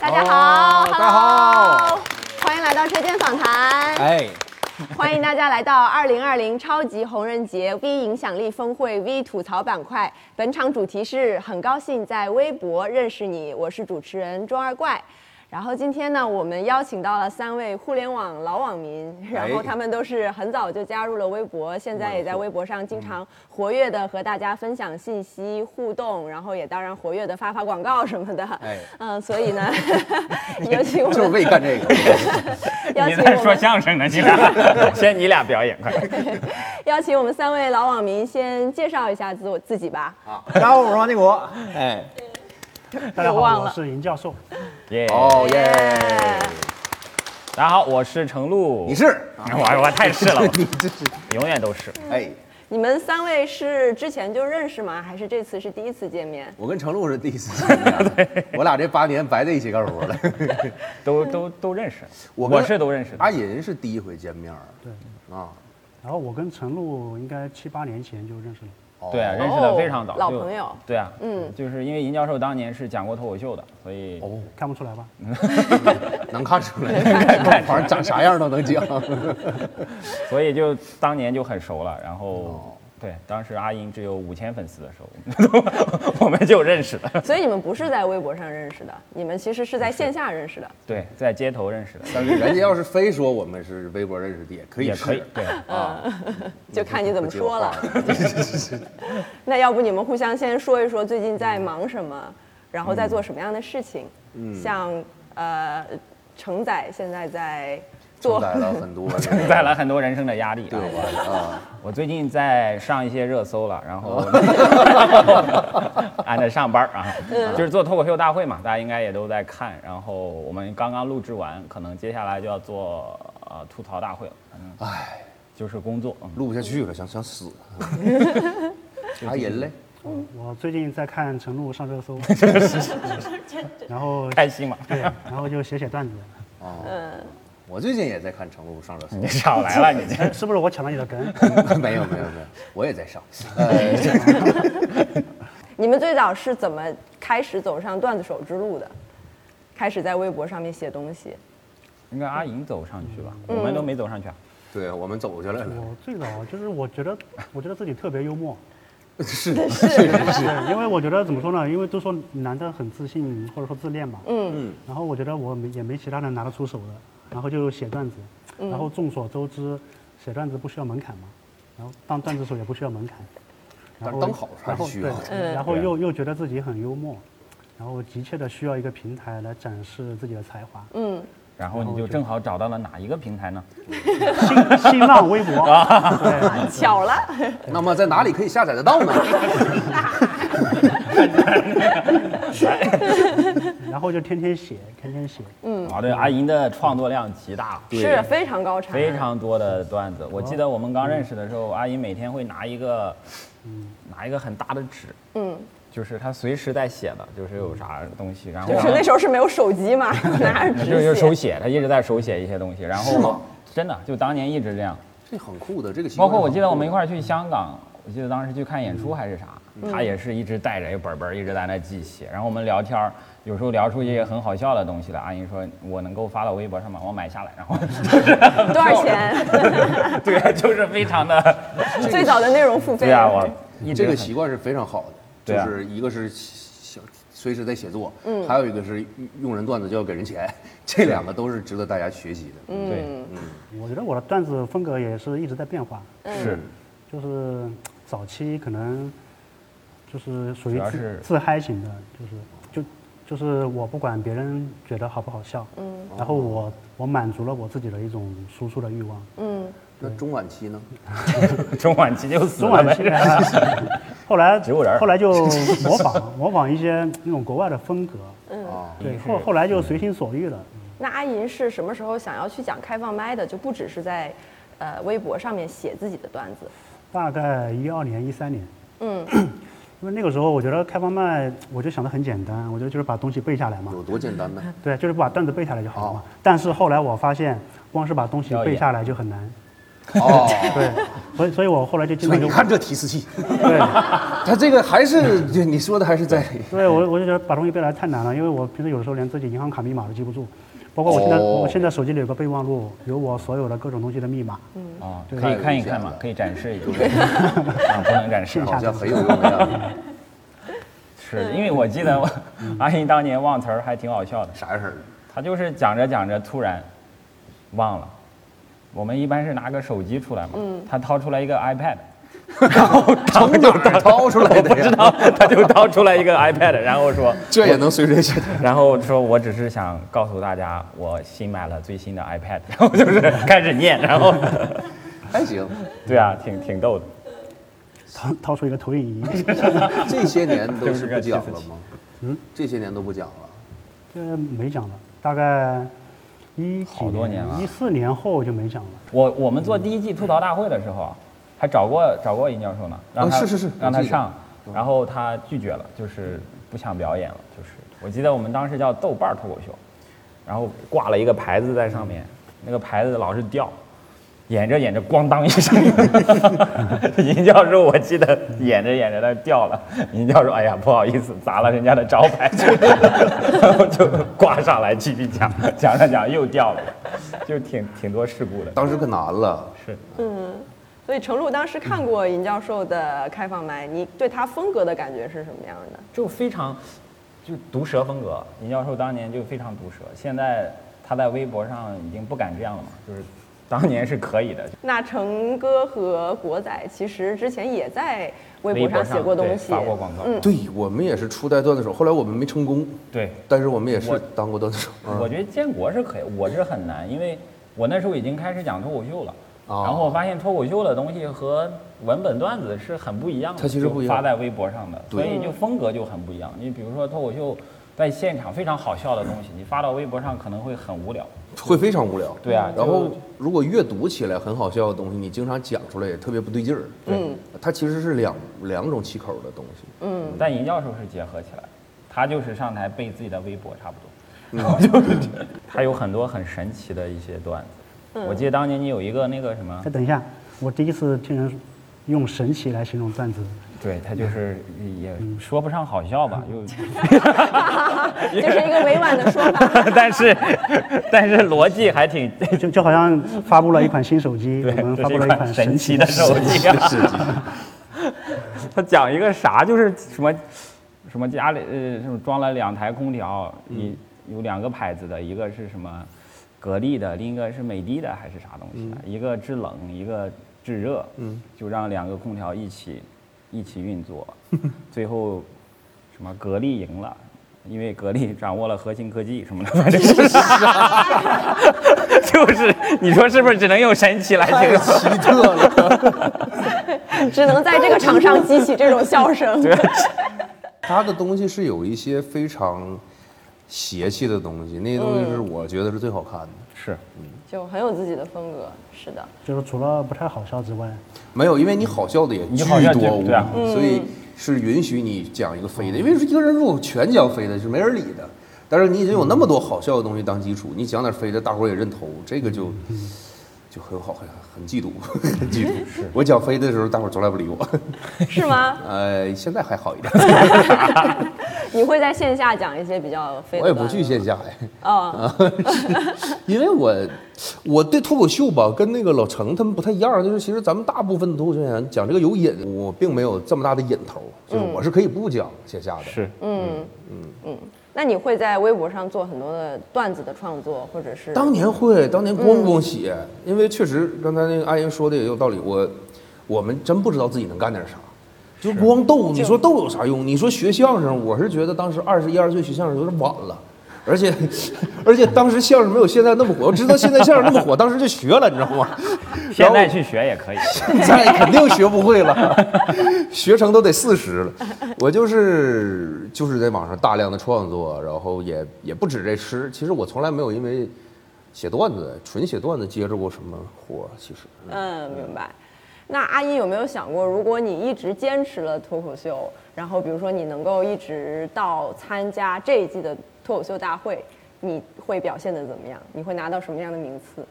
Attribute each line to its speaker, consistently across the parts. Speaker 1: 大家好，
Speaker 2: 哦大家好，
Speaker 1: 欢迎来到车间访谈。
Speaker 2: 哎，
Speaker 1: 欢迎大家来到二零二零超级红人节 V 影响力峰会 V 吐槽板块。本场主题是很高兴在微博认识你，我是主持人钟二怪。然后今天呢，我们邀请到了三位互联网老网民，然后他们都是很早就加入了微博，现在也在微博上经常活跃的和大家分享信息、互动，然后也当然活跃的发发广告什么的。
Speaker 2: 哎
Speaker 1: 嗯，所以呢， 有请我
Speaker 2: 就是
Speaker 1: 们
Speaker 2: 为干这个，
Speaker 1: 邀
Speaker 3: 你
Speaker 1: 请
Speaker 3: 在
Speaker 1: 我
Speaker 3: 说
Speaker 1: 们
Speaker 3: 相声呢？你 俩，先你俩表演快。
Speaker 1: 邀请我们三位老网民先介绍一下自我自己吧。
Speaker 4: 大家好，我是王建国。
Speaker 2: 哎，
Speaker 4: 大家
Speaker 1: 又忘
Speaker 4: 好，我
Speaker 1: 了
Speaker 4: 是尹教授。
Speaker 3: 耶！
Speaker 2: 哦耶，
Speaker 3: 大家好，我是程璐。
Speaker 2: 你？是，
Speaker 3: 我我太是 了，
Speaker 2: 你这是，
Speaker 3: 我永远都是。
Speaker 2: 哎，
Speaker 1: 你们三位是之前就认识吗？还是这次是第一次见面？
Speaker 2: 我跟程璐是第一次见面，我俩这八年白在一起干活了，
Speaker 3: 都都都认识，
Speaker 2: 我
Speaker 3: 我
Speaker 2: 跟
Speaker 3: 是都认识的。
Speaker 2: 阿银是第一回见面儿，对，啊，
Speaker 4: 然后我跟陈露应该七八年前就认识了。
Speaker 2: 哦
Speaker 3: 对啊，认识的非常早，
Speaker 1: 老
Speaker 3: 就
Speaker 1: 朋友
Speaker 3: 对啊，
Speaker 1: 嗯
Speaker 3: 嗯，就是因为尹教授当年是讲过脱口秀的，所以
Speaker 2: 哦，
Speaker 4: 看不出来吧？
Speaker 2: 能看出来，反正长啥样都能讲，
Speaker 3: 所以就当年就很熟了。然
Speaker 2: 哦
Speaker 3: 后对，当时阿英只有五千粉丝的时候， 我们就认识了。
Speaker 1: 所以你们不是在微博上认识的，你们其实是在线下认识的。
Speaker 3: 对，在街头认识的，
Speaker 2: 但是人家要是非说我们是微博认识的，也可以
Speaker 3: 也可以
Speaker 2: 是。
Speaker 3: 对。
Speaker 2: 啊，
Speaker 1: 哦就看你怎么说了
Speaker 2: 不接话。是是是
Speaker 1: 那要不你们互相先说一说最近在忙什么，然后在做什么样的事情？像呃，程仔现在在
Speaker 2: 承
Speaker 1: 做
Speaker 2: 载了很多，
Speaker 3: 承载了很多人生的压力。
Speaker 2: 对
Speaker 3: 啊
Speaker 2: 啊，
Speaker 3: 我最近在上一些热搜了，然后 俺在上班儿啊，就是做脱口秀大会嘛，大家应该也都在看。然后我们刚刚录制完，可能接下来就要做呃吐槽大会了。嗯，
Speaker 2: 唉，
Speaker 3: 就是工作。嗯
Speaker 2: 录不下去了，想想 死。阿银嘞，
Speaker 4: 我最近在看陈露上 热搜， 然后
Speaker 3: 开心嘛？
Speaker 4: 对，然后就写 写段子。
Speaker 2: 我最近也在看程璐上热搜
Speaker 3: 你。少来了，你这
Speaker 4: 哎，是不是我抢了你的梗？
Speaker 2: 没有没有没有，我也在上。呃
Speaker 1: 你们最早是怎么开始走上段子手之路的？开始在微博上面写东西，
Speaker 3: 应该阿莹走上去吧？我们都没走上去啊。
Speaker 2: 对我们走下来了，
Speaker 4: 我最早就是我觉得，我觉得自己特别幽默。
Speaker 2: 是
Speaker 4: 对，因为我觉得怎么说呢？因为都说男的很自信或者说自恋吧。
Speaker 1: 嗯
Speaker 4: 然后我觉得我没也没其他人拿得出手的，然后就写段子。
Speaker 2: 嗯
Speaker 4: 然后众所周知，写段子不需要门槛嘛，然后当段子手也不需要门槛。然
Speaker 2: 但
Speaker 4: 后
Speaker 2: 是当啊好还
Speaker 4: 然
Speaker 2: 是
Speaker 4: 后
Speaker 2: 需要的
Speaker 4: 对，然后又又觉得自己很幽默，然后急切的需要一个平台来展示自己的才华。
Speaker 1: 嗯，
Speaker 3: 然后你就正好找到了哪一个平台呢？
Speaker 4: 新新浪微博，
Speaker 2: 啊
Speaker 4: 对，
Speaker 1: 巧了，
Speaker 2: 那么在哪里可以下载得到呢？
Speaker 4: 然后就天天写，天天写。
Speaker 3: 啊，对，阿莹的创作量极大，啊
Speaker 1: 是非常高产，啊
Speaker 3: 非常多的段子。我记得我们刚认识的时候，阿姨每天会拿一个，拿一个很大的纸，
Speaker 1: 嗯，
Speaker 3: 就是她随时在写的，就是有啥东西，然后
Speaker 1: 就是那时候是没有手机 嘛，拿着纸
Speaker 3: 就
Speaker 1: 写
Speaker 3: 是手写，她一直在手写一些东西，然后真的就当年一直这样。
Speaker 2: 这很酷的，这个嗯习
Speaker 3: 包
Speaker 2: 惯
Speaker 3: 括我记得我们一块儿去香港，我记得当时去看演出还是啥，他也是一直带着一个本本儿一直在那记写。然后我们聊天儿，有时候聊出一些很好笑的东西来。阿姨说：“我能够发到微博上吗？我买下来。”然后
Speaker 1: 多少钱？
Speaker 3: 对，就是非常的
Speaker 1: 最早的内容付费，
Speaker 3: 对啊，我一直
Speaker 2: 这个
Speaker 3: 很
Speaker 2: 习惯是非常好的，
Speaker 3: 对啊
Speaker 2: 就是一个是写随时在写作，还有一个是用人段子就要给人钱， 这两个都是值得大家学习的。嗯，
Speaker 3: 对。
Speaker 4: 我觉得我的段子风格也是一直在变化，
Speaker 3: 是，
Speaker 4: 就是早期可能就是属
Speaker 3: 主
Speaker 4: 于
Speaker 3: 要
Speaker 4: 自
Speaker 3: 是
Speaker 4: 自嗨型的，就是就就是我不管别人觉得好不好笑，嗯，然后我我满足了我自己的一种输出的欲望。
Speaker 1: 嗯，
Speaker 2: 那中晚期呢？
Speaker 3: 中晚期就死
Speaker 4: 中
Speaker 3: 了
Speaker 4: 晚
Speaker 3: 呗
Speaker 4: 期，后 来
Speaker 3: 植物人儿
Speaker 4: 后来就模仿模仿一些那种国外的风格，
Speaker 2: 啊，
Speaker 4: 对，后后来就随心所欲了。
Speaker 1: 那阿银是什么时候想要去讲开放麦的？就不只是在呃微博上面写自己的段子，
Speaker 4: 大概一二年、一三年，
Speaker 1: 嗯，
Speaker 4: 因为那个时候我觉得开放麦，我就想的很简单，我觉得就是把东西背下来嘛，
Speaker 2: 有多简单 呢？
Speaker 4: 对，就是把段子背下来就好了
Speaker 2: 哦。
Speaker 4: 嘛但是后来我发现，光是把东西
Speaker 3: 表演
Speaker 4: 背下来就很难。
Speaker 2: 哦，
Speaker 4: 对，所以所以我后来就经
Speaker 2: 所以
Speaker 4: 常就
Speaker 2: 你看这提词器，
Speaker 4: 对。
Speaker 2: 他这个还是就你说的还是在
Speaker 4: 对，我我就觉得把东西背下来太难了，因为我平时有的时候连自己银行卡密码都记不住，包括我现在、
Speaker 2: 哦
Speaker 4: 我现在手机里有个备忘录，有我所有的各种东西的密码。
Speaker 3: 啊，
Speaker 4: 对
Speaker 3: 可以看一看嘛，可以展示一下， 啊，不能展示
Speaker 2: 好
Speaker 3: 啊，
Speaker 2: 像很有用的样子，
Speaker 3: 是因为我记得我阿姨当年忘词儿还挺好笑的，
Speaker 2: 啥样儿？
Speaker 3: 她就是讲着讲着突然忘了，我们一般是拿个手机出来嘛，她掏出来一个 iPad，
Speaker 2: 从哪儿掏出来的呀？
Speaker 3: 然后她就掏出来一个 iPad，然后说，
Speaker 2: 这也能随身携带？
Speaker 3: 然后说我只是想告诉大家我新买了最新的 iPad，然后就是开始念，然后
Speaker 2: 还哎行。
Speaker 3: 对啊，挺挺逗的。
Speaker 4: 掏掏出一个投影仪，
Speaker 2: 这些年都是不讲了吗？
Speaker 4: 嗯，
Speaker 2: 这些年都不讲了。
Speaker 4: 这没讲了，大概一几
Speaker 3: 好多年了
Speaker 4: 一四年后就没讲了。
Speaker 3: 我我们做第一季吐槽大会的时候啊，还找过找过尹教授呢，让他、
Speaker 2: 哦是是是
Speaker 3: 让他
Speaker 2: 我记得嗯
Speaker 3: 上，然后他拒绝了，就是不想表演了，就是我记得我们当时叫豆瓣脱口秀，然后挂了一个牌子在上面，那个牌子老是掉。演着演着，咣 当一声，尹教授，我记得演着演着它掉了。尹教授，哎呀，不好意思，砸了人家的招牌， 然后就挂上来继续讲，讲着讲又掉了，就挺挺多事故的。
Speaker 2: 当时可难了，
Speaker 3: 是，
Speaker 1: 所以程璐当时看过尹教授的开放麦，你对他风格的感觉是什么样的？
Speaker 3: 就非常就毒舌风格。尹教授当年就非常毒舌，现在他在微博上已经不敢这样了嘛，就是当年是可以的。
Speaker 1: 那成哥和国仔其实之前也在微博上写过东西，
Speaker 3: 对发过广告。
Speaker 1: 嗯，
Speaker 2: 对我们也是初代段子手，后来我们没成功，
Speaker 3: 对，
Speaker 2: 但是我们也是
Speaker 3: 我
Speaker 2: 当过段子手。嗯
Speaker 3: 我觉得建国是可以，我是很难，因为我那时候已经开始讲脱口秀了。
Speaker 2: 哦
Speaker 3: 然后我发现脱口秀的东西和文本段子是很不一样的，
Speaker 2: 它其实不一样
Speaker 3: 就发在微博上的，
Speaker 2: 对
Speaker 3: 所以就风格就很不一样。你比如说脱口秀，在现场非常好笑的东西，你发到微博上可能会很无聊。
Speaker 2: 会非常无聊。
Speaker 3: 对啊
Speaker 2: 然后
Speaker 3: 就
Speaker 2: 如果阅读起来很好笑的东西，你经常讲出来也特别不对劲儿。嗯，它其实是两两种气口的东西。嗯，
Speaker 3: 但尹教授是结合起来，他就是上台背自己的微博差不多，嗯 然后就是他有很多很神奇的一些段子。我记得当年你有一个那个什么
Speaker 4: 哎，，等一下，我第一次听人用神奇来形容段子，
Speaker 3: 对他就是也嗯说不上好笑吧，又，
Speaker 1: 这是一个委婉的说法。
Speaker 3: 但是 但是逻辑还挺，
Speaker 4: 就就好像发布了一款新手机，我
Speaker 3: 对，
Speaker 4: 们
Speaker 3: 这
Speaker 4: 发
Speaker 3: 是
Speaker 4: 布
Speaker 3: 一
Speaker 4: 了一
Speaker 3: 款
Speaker 4: 款
Speaker 3: 神
Speaker 4: 神
Speaker 3: 奇
Speaker 4: 奇
Speaker 3: 的
Speaker 4: 的
Speaker 3: 手机啊。
Speaker 2: 是
Speaker 3: 他讲一个啥，就是什么什么家里呃什么装了两台空调，你有两个牌子的，一个是什么格力的，另一个是美的的还是啥东西的，一个制冷，一个制热，嗯，就让两个空调一起一起运 作，最后什么格力赢了。因为格力掌握了核心科技什 么的，反正就是，就是你说是不是只能用神奇来形
Speaker 2: 太
Speaker 3: 容？
Speaker 2: 奇特了。
Speaker 1: 只能在这个场上激起这种笑声。
Speaker 2: 他的东西是有一些非常邪气的东西，那些东西是我觉得是最好看的。
Speaker 3: 是，
Speaker 1: 就很有自己的风格。是的，
Speaker 4: 就是除了不太好笑之外，
Speaker 2: 没有，因为你好笑的也
Speaker 3: 你
Speaker 2: 巨
Speaker 3: 好笑
Speaker 2: 多
Speaker 3: 就
Speaker 2: 无
Speaker 3: 对啊
Speaker 2: 比，所以是允许你讲一个飞的，因为是一个人如果全讲飞的是没人理的。但是你已经有那么多好笑的东西当基础，你讲点飞的，大伙儿也认头，这个就
Speaker 3: 嗯
Speaker 2: 就很好，很很嫉妒，很嫉 妒。我讲飞的时候，大伙儿从来不理我，
Speaker 1: 是吗？
Speaker 2: 呃，现在还好一点，
Speaker 1: 你会在线下讲一些比较非
Speaker 2: 我也不去线啊下呀。
Speaker 1: 哦，
Speaker 2: 因为我我对脱口秀吧，跟那个老程他们不太一样，就是其实咱们大部分的脱口秀演员讲这个有瘾，我并没有这么大的瘾头，就是我是可以不讲线下的。
Speaker 3: 是
Speaker 1: 那你会在微博上做很多的段子的创作，或者是
Speaker 2: 当年会，当年咣咣写，因为确实刚才那个阿英说的也有道理，我我们真不知道自己能干点啥，就光逗，你说逗有啥用？你说学相声，我是觉得当时二十一二岁学相声有点晚了。而且， 而且当时相声没有现在那么火。我知道现在相声那么火，当时就学了，你知道吗？
Speaker 3: 现
Speaker 2: 然
Speaker 3: 在
Speaker 2: 后
Speaker 3: 去学也可以。
Speaker 2: 再肯定学不会了，学成都得四十了。我就是就是在网上大量的创作，然后也也不止这诗，其实我从来没有因为写段子纯写段子接着过什么活儿，其实
Speaker 1: 嗯，明白。那阿姨有没有想过，如果你一直坚持了脱口秀，然后比如说你能够一直到参加这一季的脱口秀大会，你会表现的怎么样？你会拿到什么样的名次？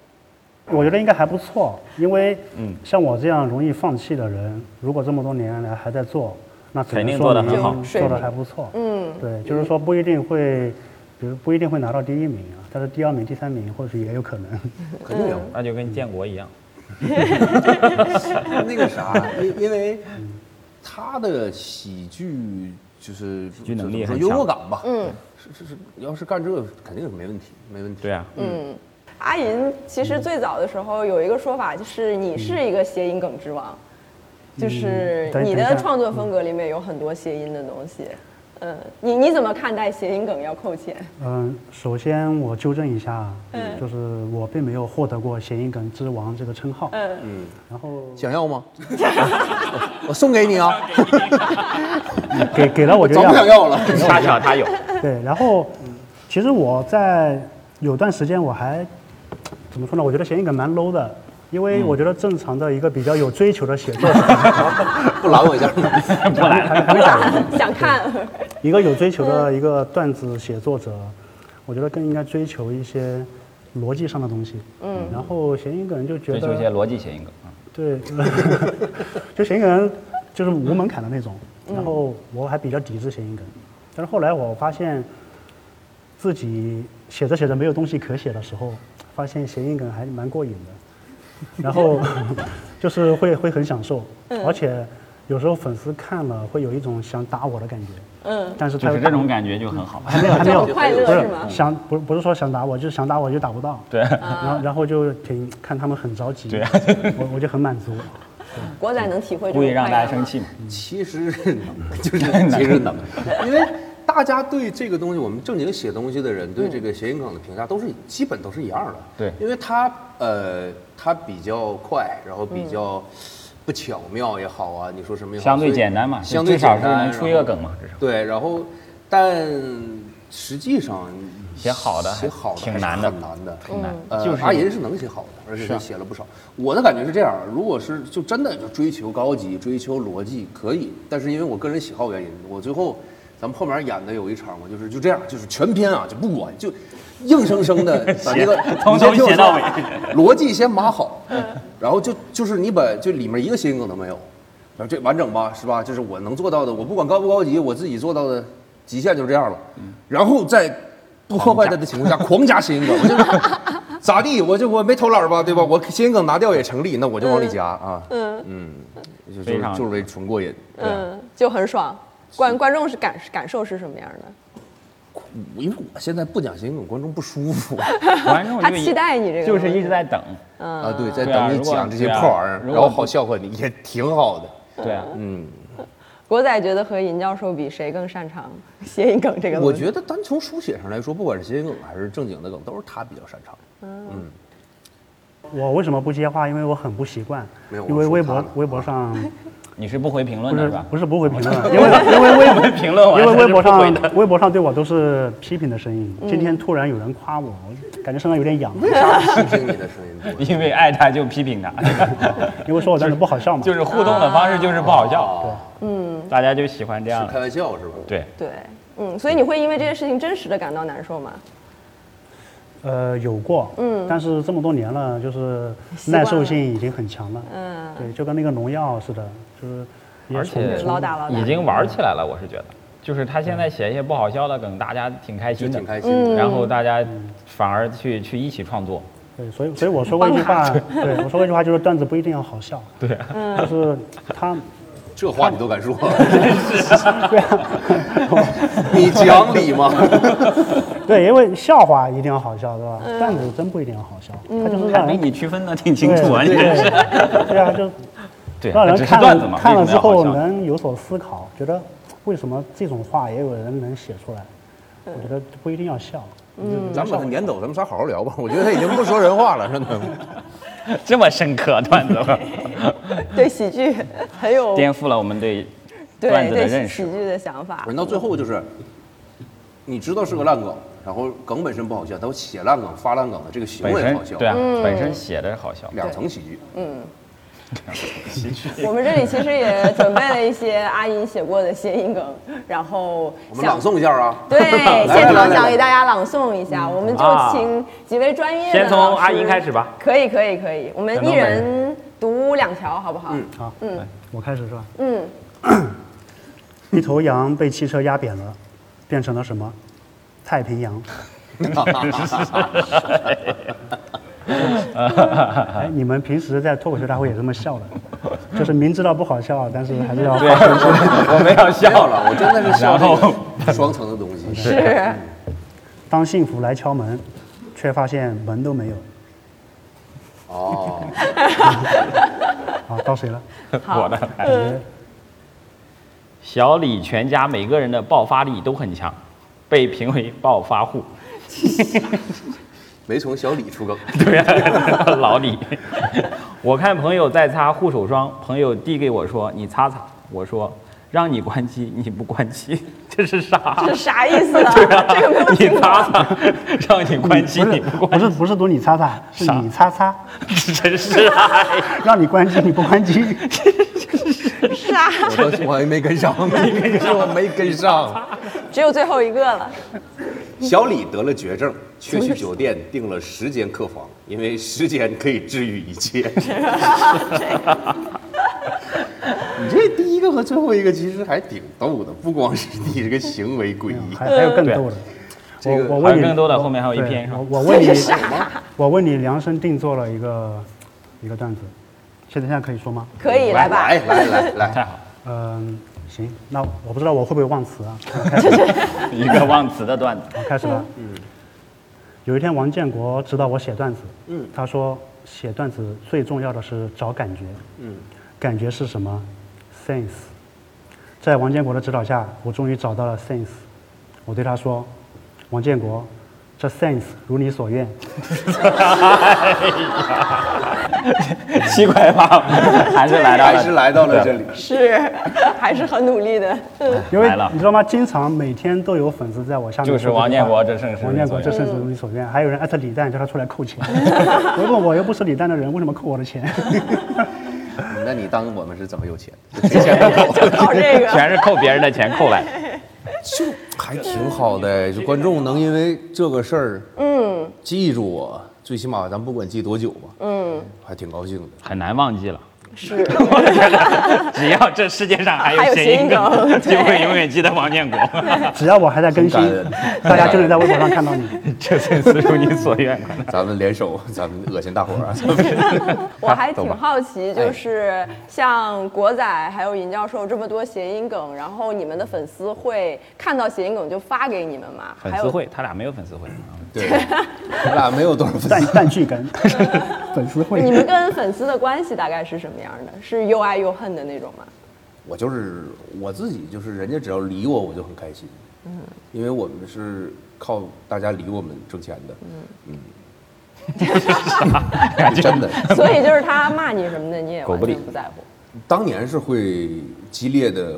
Speaker 4: 我觉得应该还不错，因为
Speaker 3: 嗯
Speaker 4: 像我这样容易放弃的人，如果这么多年来还在做，那只能
Speaker 3: 肯定
Speaker 4: 说
Speaker 3: 做得
Speaker 4: 你
Speaker 3: 很好
Speaker 1: 水
Speaker 4: 做的
Speaker 1: 平
Speaker 4: 还不错。嗯，对，就是说不一定会，比如不一定会拿到第一名啊，但是第二名、第三名或许也有可能。
Speaker 2: 肯定有。
Speaker 3: 那就跟建国一样，
Speaker 2: 那个啥，因因为他的喜剧就是喜
Speaker 3: 剧能力很
Speaker 2: 幽默
Speaker 3: 强
Speaker 2: 感吧，嗯，是是是，要是干这个肯定是没问题，没问题。
Speaker 3: 对啊，嗯，
Speaker 1: 阿银其实最早的时候有一个说法，就是你是一个谐音梗之王，就是
Speaker 4: 等
Speaker 1: 你
Speaker 4: 等一
Speaker 1: 的
Speaker 4: 下
Speaker 1: 创作风格里面有很多谐音的东西。嗯，你你怎么看待谐音梗要扣钱？
Speaker 4: 嗯，首先我纠正一下，啊
Speaker 1: 嗯
Speaker 4: 就是我并没有获得过谐音梗之王这个称号。
Speaker 1: 嗯
Speaker 4: 嗯，然后
Speaker 2: 想要吗？我我送给你啊，
Speaker 1: 嗯
Speaker 4: 给给了我就
Speaker 2: 早不想要了。
Speaker 3: 恰巧他有，
Speaker 4: 对，然后其实我在有段时间我还怎么说呢？我觉得谐音梗蛮 low 的，因为
Speaker 5: 嗯
Speaker 4: 我觉得正常的一个比较有追求的写 作，
Speaker 2: 不拦我一下吗？
Speaker 4: 不来还没还没 打完
Speaker 1: 想看，
Speaker 4: 一个有追求的一个段子写作者，我觉得更应该追求一些逻辑上的东西。嗯，然后谐音梗就觉
Speaker 5: 追
Speaker 4: 得
Speaker 5: 求一些逻辑谐音梗。嗯
Speaker 4: 对， 就谐音梗就是无门槛的那种。
Speaker 1: 嗯
Speaker 4: 然后我还比较抵制谐音梗，但是后来我发现自己写着写着没有东西可写的时候，发现谐音梗还蛮过瘾的，然后就是会会很享受，
Speaker 1: 嗯
Speaker 4: 而且有时候粉丝看了会有一种想打我的感觉。嗯，但是他
Speaker 5: 就
Speaker 4: 又
Speaker 5: 是这种感觉就很 好，
Speaker 4: 还没有还没有
Speaker 1: 就很快乐
Speaker 4: 不
Speaker 1: 是吗啊
Speaker 4: 想不是不是说想打我，就是想打我就打不到。
Speaker 5: 对
Speaker 4: 然后然后就挺看他们很着急，
Speaker 5: 对啊
Speaker 4: 我我就很满足。
Speaker 1: 国仔能体会这
Speaker 5: 故意
Speaker 1: 种
Speaker 5: 让
Speaker 1: 快
Speaker 5: 大家
Speaker 1: 感
Speaker 5: 生
Speaker 1: 吗。
Speaker 5: 气嘛。
Speaker 2: 其实 是能，就是其实能，因为大家对这个东西，我们正经写东西的人对这个谐音梗的评价都是基本都是一样的。
Speaker 5: 对
Speaker 2: 因为它呃，它比较快，然后比较不巧妙也好啊，你说什么也好，
Speaker 5: 相对
Speaker 2: 所以
Speaker 5: 简单嘛
Speaker 2: 相对
Speaker 5: 至少
Speaker 2: 简单
Speaker 5: 是能出一个梗嘛
Speaker 2: 然后
Speaker 5: 至少
Speaker 2: 对，然后但实际上
Speaker 5: 写好的还
Speaker 2: 写好的
Speaker 5: 挺
Speaker 2: 还是
Speaker 5: 难的
Speaker 2: 很难的，
Speaker 5: 挺难
Speaker 2: 呃，
Speaker 5: 就是
Speaker 2: 阿银是能写好的，而且
Speaker 5: 是
Speaker 2: 是
Speaker 5: 啊
Speaker 2: 写了不少。我的感觉是这样，如果是就真的就追求高级、追求逻辑可以，但是因为我个人喜好原因，我最后咱们后面演的有一场，我就是就这样，就是全篇啊就不管，就硬生生的把这个
Speaker 5: 从头
Speaker 2: 你先听 我
Speaker 5: 写到
Speaker 2: 说
Speaker 5: 尾
Speaker 2: 逻辑先码好，然后就就是你把就里面一个谐音梗都没有，然后这完整吧，是吧？这是我能做到的，我不管高不高级，我自己做到的极限就是这样了。然后在不破坏它的情况下，狂加谐音梗，我就是咋地，我就我没偷懒吧，对吧？我谐音梗拿掉也成立，那我就往里加啊，嗯就就
Speaker 5: 非
Speaker 2: 是
Speaker 5: 常
Speaker 2: 就是为纯过瘾。
Speaker 5: 啊
Speaker 1: 嗯，就很爽。观观众是感感受是什么样的？
Speaker 2: 因为我现在不讲谐音梗，观众不舒服
Speaker 5: 观众
Speaker 1: 他
Speaker 5: 就一
Speaker 1: 期待你这个
Speaker 5: 就
Speaker 1: 东西，
Speaker 5: 是一直在等。
Speaker 2: 啊。对，在
Speaker 5: 对啊
Speaker 2: 等你
Speaker 5: 如果
Speaker 2: 讲这些
Speaker 5: 对啊
Speaker 2: 破玩意儿，
Speaker 5: 如
Speaker 2: 然
Speaker 5: 果
Speaker 2: 后好笑话你也挺好的。
Speaker 5: 对啊，
Speaker 2: 嗯，
Speaker 1: 国仔觉得和尹教授比，谁更擅长谐音梗这个东
Speaker 2: 我
Speaker 1: 西？
Speaker 2: 觉得单从书写上来说，不管是谐音梗还是正经的梗，都是他比较擅长。
Speaker 4: 我为什么不接话？因为我很不习惯
Speaker 2: 没有，
Speaker 4: 因
Speaker 2: 我
Speaker 4: 为
Speaker 2: 说
Speaker 4: 微
Speaker 2: 他
Speaker 4: 博
Speaker 2: 了
Speaker 4: 微 博上
Speaker 5: 你是不回评论
Speaker 4: 不
Speaker 5: 的
Speaker 4: 是
Speaker 5: 是吧？
Speaker 4: 不是不回 评论，因为因为微博
Speaker 5: 回评论完
Speaker 4: 因为
Speaker 5: 他
Speaker 4: 微
Speaker 5: 就
Speaker 4: 博
Speaker 5: 不回
Speaker 4: 上微博上对我都是批评的声音。今天突然有人夸我，我感觉身上有点痒，
Speaker 2: 嗯 为啥不听你的声音多？
Speaker 5: 因为爱他就批评他，
Speaker 4: 因为说我段子不好笑嘛。
Speaker 5: 就是互动的方式就是不好笑。嗯，大家就喜欢这样
Speaker 2: 哦开
Speaker 5: 的。
Speaker 2: 玩啊笑是吧？
Speaker 5: 对，
Speaker 1: 对，嗯，所以你会因为这件事情真实的感到 难受吗？
Speaker 4: 呃，有过，嗯，但是这么多年了，就是
Speaker 1: 习惯了
Speaker 4: 耐受性已经很强了，
Speaker 1: 嗯，
Speaker 4: 对，就跟那个农药似的，就是也
Speaker 5: 而
Speaker 4: 从
Speaker 5: 且
Speaker 1: 老打老打
Speaker 5: 已经玩起来了，我是觉得，就是他现在写一些不好笑的梗，大家挺开
Speaker 2: 就
Speaker 5: 心的
Speaker 2: 挺，开心
Speaker 1: 嗯
Speaker 2: 的。
Speaker 5: 然后大家反而去去一起创作。
Speaker 4: 对，所以所以我说过一句话，对我说过一句话，就是段子不一定要好 笑，对，
Speaker 5: 啊
Speaker 2: 嗯
Speaker 4: 就是他，
Speaker 2: 这话你 都敢说？
Speaker 4: 对啊，
Speaker 2: 你讲理 吗？
Speaker 4: 对，因为笑话一定要好笑，对吧？段子真不一定要好笑，他就是
Speaker 3: 还
Speaker 4: 让
Speaker 3: 被
Speaker 4: 人
Speaker 3: 你区分的挺清楚啊，你真是，
Speaker 4: 对啊， 就
Speaker 5: 对，
Speaker 4: 让人
Speaker 3: 只是
Speaker 4: 看
Speaker 3: 段子嘛
Speaker 4: 了看了
Speaker 3: 为什么
Speaker 4: 之
Speaker 3: 要好
Speaker 4: 后
Speaker 3: 笑
Speaker 4: 能有所思考，觉得为什么这种话也有人能写出来，我觉得不一定要笑。
Speaker 5: 嗯
Speaker 2: 咱们把他撵走，咱们仨好好聊吧。我觉得他已经不说人话了，真的。
Speaker 5: 这么深刻段子吗，
Speaker 1: 对喜剧很有
Speaker 5: 颠覆了我们对
Speaker 1: 对
Speaker 5: 段子的
Speaker 1: 对
Speaker 5: 认
Speaker 1: 喜
Speaker 5: 识。
Speaker 1: 喜剧的想法
Speaker 2: 人。到最后就是，你知道是个烂梗，然后梗本身不好笑，但我写烂梗、发烂梗的这个行
Speaker 5: 本
Speaker 2: 为
Speaker 3: 啊
Speaker 5: 身
Speaker 2: 好笑，
Speaker 5: 对啊，本身写的是好笑，
Speaker 2: 两层喜剧。
Speaker 1: 我们这里其实也准备了一些阿音写过的谐音梗，然后
Speaker 2: 我们
Speaker 1: 想
Speaker 2: 朗。诵一下啊。
Speaker 1: 对，现
Speaker 2: 来
Speaker 1: 场
Speaker 2: 来
Speaker 1: 想给大家朗诵一下，我们就
Speaker 3: 啊
Speaker 1: 请几位专业的
Speaker 3: 先从
Speaker 1: 老师
Speaker 3: 阿银开始吧。
Speaker 1: 可以，可以，可以，我们
Speaker 3: 等
Speaker 1: 一
Speaker 3: 等
Speaker 1: 人读两条，好不 好？
Speaker 4: 好，
Speaker 1: 嗯
Speaker 4: 我开始是吧？
Speaker 1: 嗯，
Speaker 4: 一头羊被汽车压扁了，变成了什么？太平洋。哎，你们平时在脱口秀大会也这么笑的，就是明知道不好笑，但是还是要发出去。
Speaker 5: 我没有笑
Speaker 2: 笑 了，我真的是笑
Speaker 5: 然后
Speaker 2: 这个双层的东 西。是，
Speaker 1: 是
Speaker 4: 当幸福来敲门，却发现门都没有。
Speaker 2: 哦，
Speaker 4: 啊，到谁了？
Speaker 1: 好
Speaker 3: 我的哎
Speaker 5: 嗯
Speaker 3: 小李全家每个人的爆发力都很强，被评为暴发户。
Speaker 2: 没从小李出梗。
Speaker 3: 对，啊 老李。我看朋友在擦护手霜，朋友递给我说：“你擦擦。”我说：“让你关机，你不关机，这是啥
Speaker 1: 这啥意思 啊？这个没有
Speaker 3: 你
Speaker 1: 听过。
Speaker 3: 擦擦，让你关机，
Speaker 4: 不
Speaker 3: 你
Speaker 4: 是
Speaker 3: 不
Speaker 4: 不
Speaker 3: 关
Speaker 4: 是不是读你擦擦，是你擦擦，
Speaker 3: 机，真是啊！
Speaker 4: 让你关机你不关机。
Speaker 2: 我当时我还没跟上，我没跟上。
Speaker 1: 只有最后一个了。
Speaker 2: 小李得了绝症，却去酒店订了十间客房，因为时间可以治愈一 切。你这第一个和最后一个其实还挺逗的，不光是你这个行为诡异，
Speaker 4: 还还有更逗的。
Speaker 2: 这个
Speaker 4: 我我
Speaker 3: 还
Speaker 4: 问
Speaker 3: 有
Speaker 4: 你，
Speaker 3: 更多的，后面还有一
Speaker 4: 对
Speaker 3: 篇是吧
Speaker 4: 我？我问你，我问你量身定做了一个一个段子，现在现在可以说吗？
Speaker 1: 可以来吧，
Speaker 2: 来来来来，
Speaker 3: 太好，
Speaker 4: 嗯，行，那我不知道我会不会忘词啊。
Speaker 3: 一个忘词的段子，
Speaker 4: 好，开始了。嗯。有一天，王建国指导我写段子。嗯。他说，写段子最重要的是找感觉。嗯。感觉是什么？sense。在王建国的指导下，我终于找到了 sense。我对他说：“王建国，这 sense 如你所愿。”
Speaker 3: 七块八， 还是来到
Speaker 2: 还是 来到了这里。
Speaker 1: 是 还是很努 力的。
Speaker 4: 因为
Speaker 3: 来了
Speaker 4: 你知道吗？经常每天都有粉丝在我下面
Speaker 5: 就是
Speaker 4: 说这句话
Speaker 5: 王建国这甚是
Speaker 4: 王建国
Speaker 5: 如你
Speaker 4: 这
Speaker 5: 所
Speaker 4: 甚是如你所愿，还有人艾特李诞叫他出来扣钱。我问我又不是李诞的人，为什么扣我的钱？
Speaker 2: 那你当我们是怎么有钱？谁先开口
Speaker 1: 就靠这个，
Speaker 3: 全是扣别人的钱扣来的，
Speaker 2: 就还挺好的，就观众能因为这个事儿，嗯，记住我，最起码咱不管记多久吧，嗯，还挺高兴的。
Speaker 3: 很难忘记了。
Speaker 1: 是
Speaker 3: 只要这世界上还
Speaker 1: 还有
Speaker 3: 有谐音
Speaker 1: 谐音梗
Speaker 3: 梗，就
Speaker 1: 对
Speaker 3: 会永远记得王建国。
Speaker 4: 只要我还在更新
Speaker 2: 很感，
Speaker 4: 大家就能在微博上看到你。
Speaker 3: 这真是如你 所愿。
Speaker 2: 咱们联手， 咱们恶心大伙儿啊！
Speaker 1: 我还
Speaker 2: 走
Speaker 1: 挺
Speaker 2: 吧
Speaker 1: 好奇，
Speaker 3: 哎
Speaker 1: 就是像国仔还有银教授这么多谐音梗，然后你们的粉丝会看到谐音梗就发给你们吗？
Speaker 3: 粉
Speaker 1: 还
Speaker 3: 丝
Speaker 1: 有
Speaker 3: 会，嗯他俩没有粉丝会。
Speaker 2: 对，咱俩没有多少粉
Speaker 4: 蛋
Speaker 2: 丝，
Speaker 4: 蛋剧梗， 粉丝会
Speaker 1: 你们跟粉丝的关系大概是什么样的？是又爱又恨的那种吗？
Speaker 2: 我就是我自己，就是人家只要理我，我就很开心，嗯，因为我们是靠大家理我们挣钱的，嗯 真的，
Speaker 1: 所以就是他骂你什么的，你也
Speaker 3: 狗
Speaker 1: 完
Speaker 3: 不理
Speaker 1: 全不在乎。
Speaker 2: 当年是会激烈的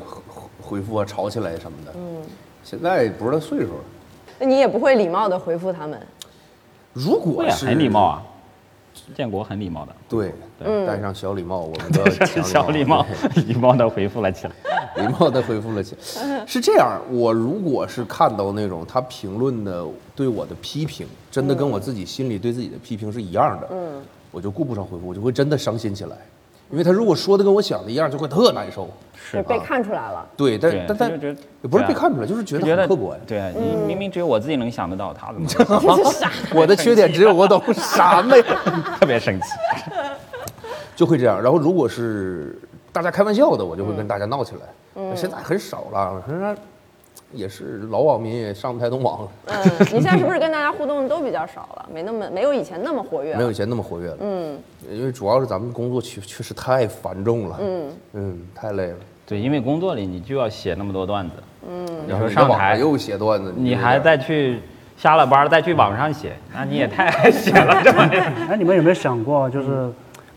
Speaker 2: 回复啊，吵起来什么的，嗯，现在不知道岁数了。
Speaker 1: 那你也不会礼貌的回复他们，
Speaker 2: 如
Speaker 3: 会
Speaker 2: 果
Speaker 3: 啊，
Speaker 2: 是
Speaker 3: 很礼貌，啊。建国很礼貌的，
Speaker 2: 对，戴上小礼帽，我们
Speaker 3: 这
Speaker 2: 的
Speaker 3: 是小礼貌，礼貌的回复了起来。
Speaker 2: 礼貌的回复了起来。是这样，我如果是看到那种他评论的对我的批评，真的跟我自己心里对自己的批评是一样的，嗯，我就顾不上回复，我就会真的伤心起来，因为他如果说的跟我想的一样，就会特难受。
Speaker 1: 是被看出来了。
Speaker 2: 对，
Speaker 3: 对
Speaker 2: 但但但
Speaker 3: 就觉得
Speaker 2: 也不是被
Speaker 3: 对啊
Speaker 2: 看出来，就是觉得
Speaker 3: 就觉
Speaker 2: 很
Speaker 3: 得
Speaker 2: 刻薄呀。
Speaker 3: 对啊，你明明只有我自己能想得到，他怎 么会
Speaker 2: 我的缺点只有我懂，啥么呀？
Speaker 3: 特别生气？
Speaker 2: 就会这样。然后如果是大家开玩笑的，我就会跟大家闹起来。现在很少了，现在也是老网民也上不太动网了，
Speaker 1: 嗯，你现在是不是跟大家互动都比较少了？没那么没有以前那么活跃了。
Speaker 2: 没有以前那么活跃了。啊嗯，因为主要是咱们工作确确实太繁重了。嗯太累了。
Speaker 3: 对，因为工作里你就要写那么多段子，
Speaker 2: 然
Speaker 3: 说
Speaker 2: 后你
Speaker 3: 上
Speaker 2: 网
Speaker 3: 台
Speaker 2: 又写段子，
Speaker 3: 你
Speaker 2: 有点
Speaker 3: 还再去下了班儿再去网上写，那你也太爱写了，这玩意儿。
Speaker 4: 哎，你们有没有想过，就是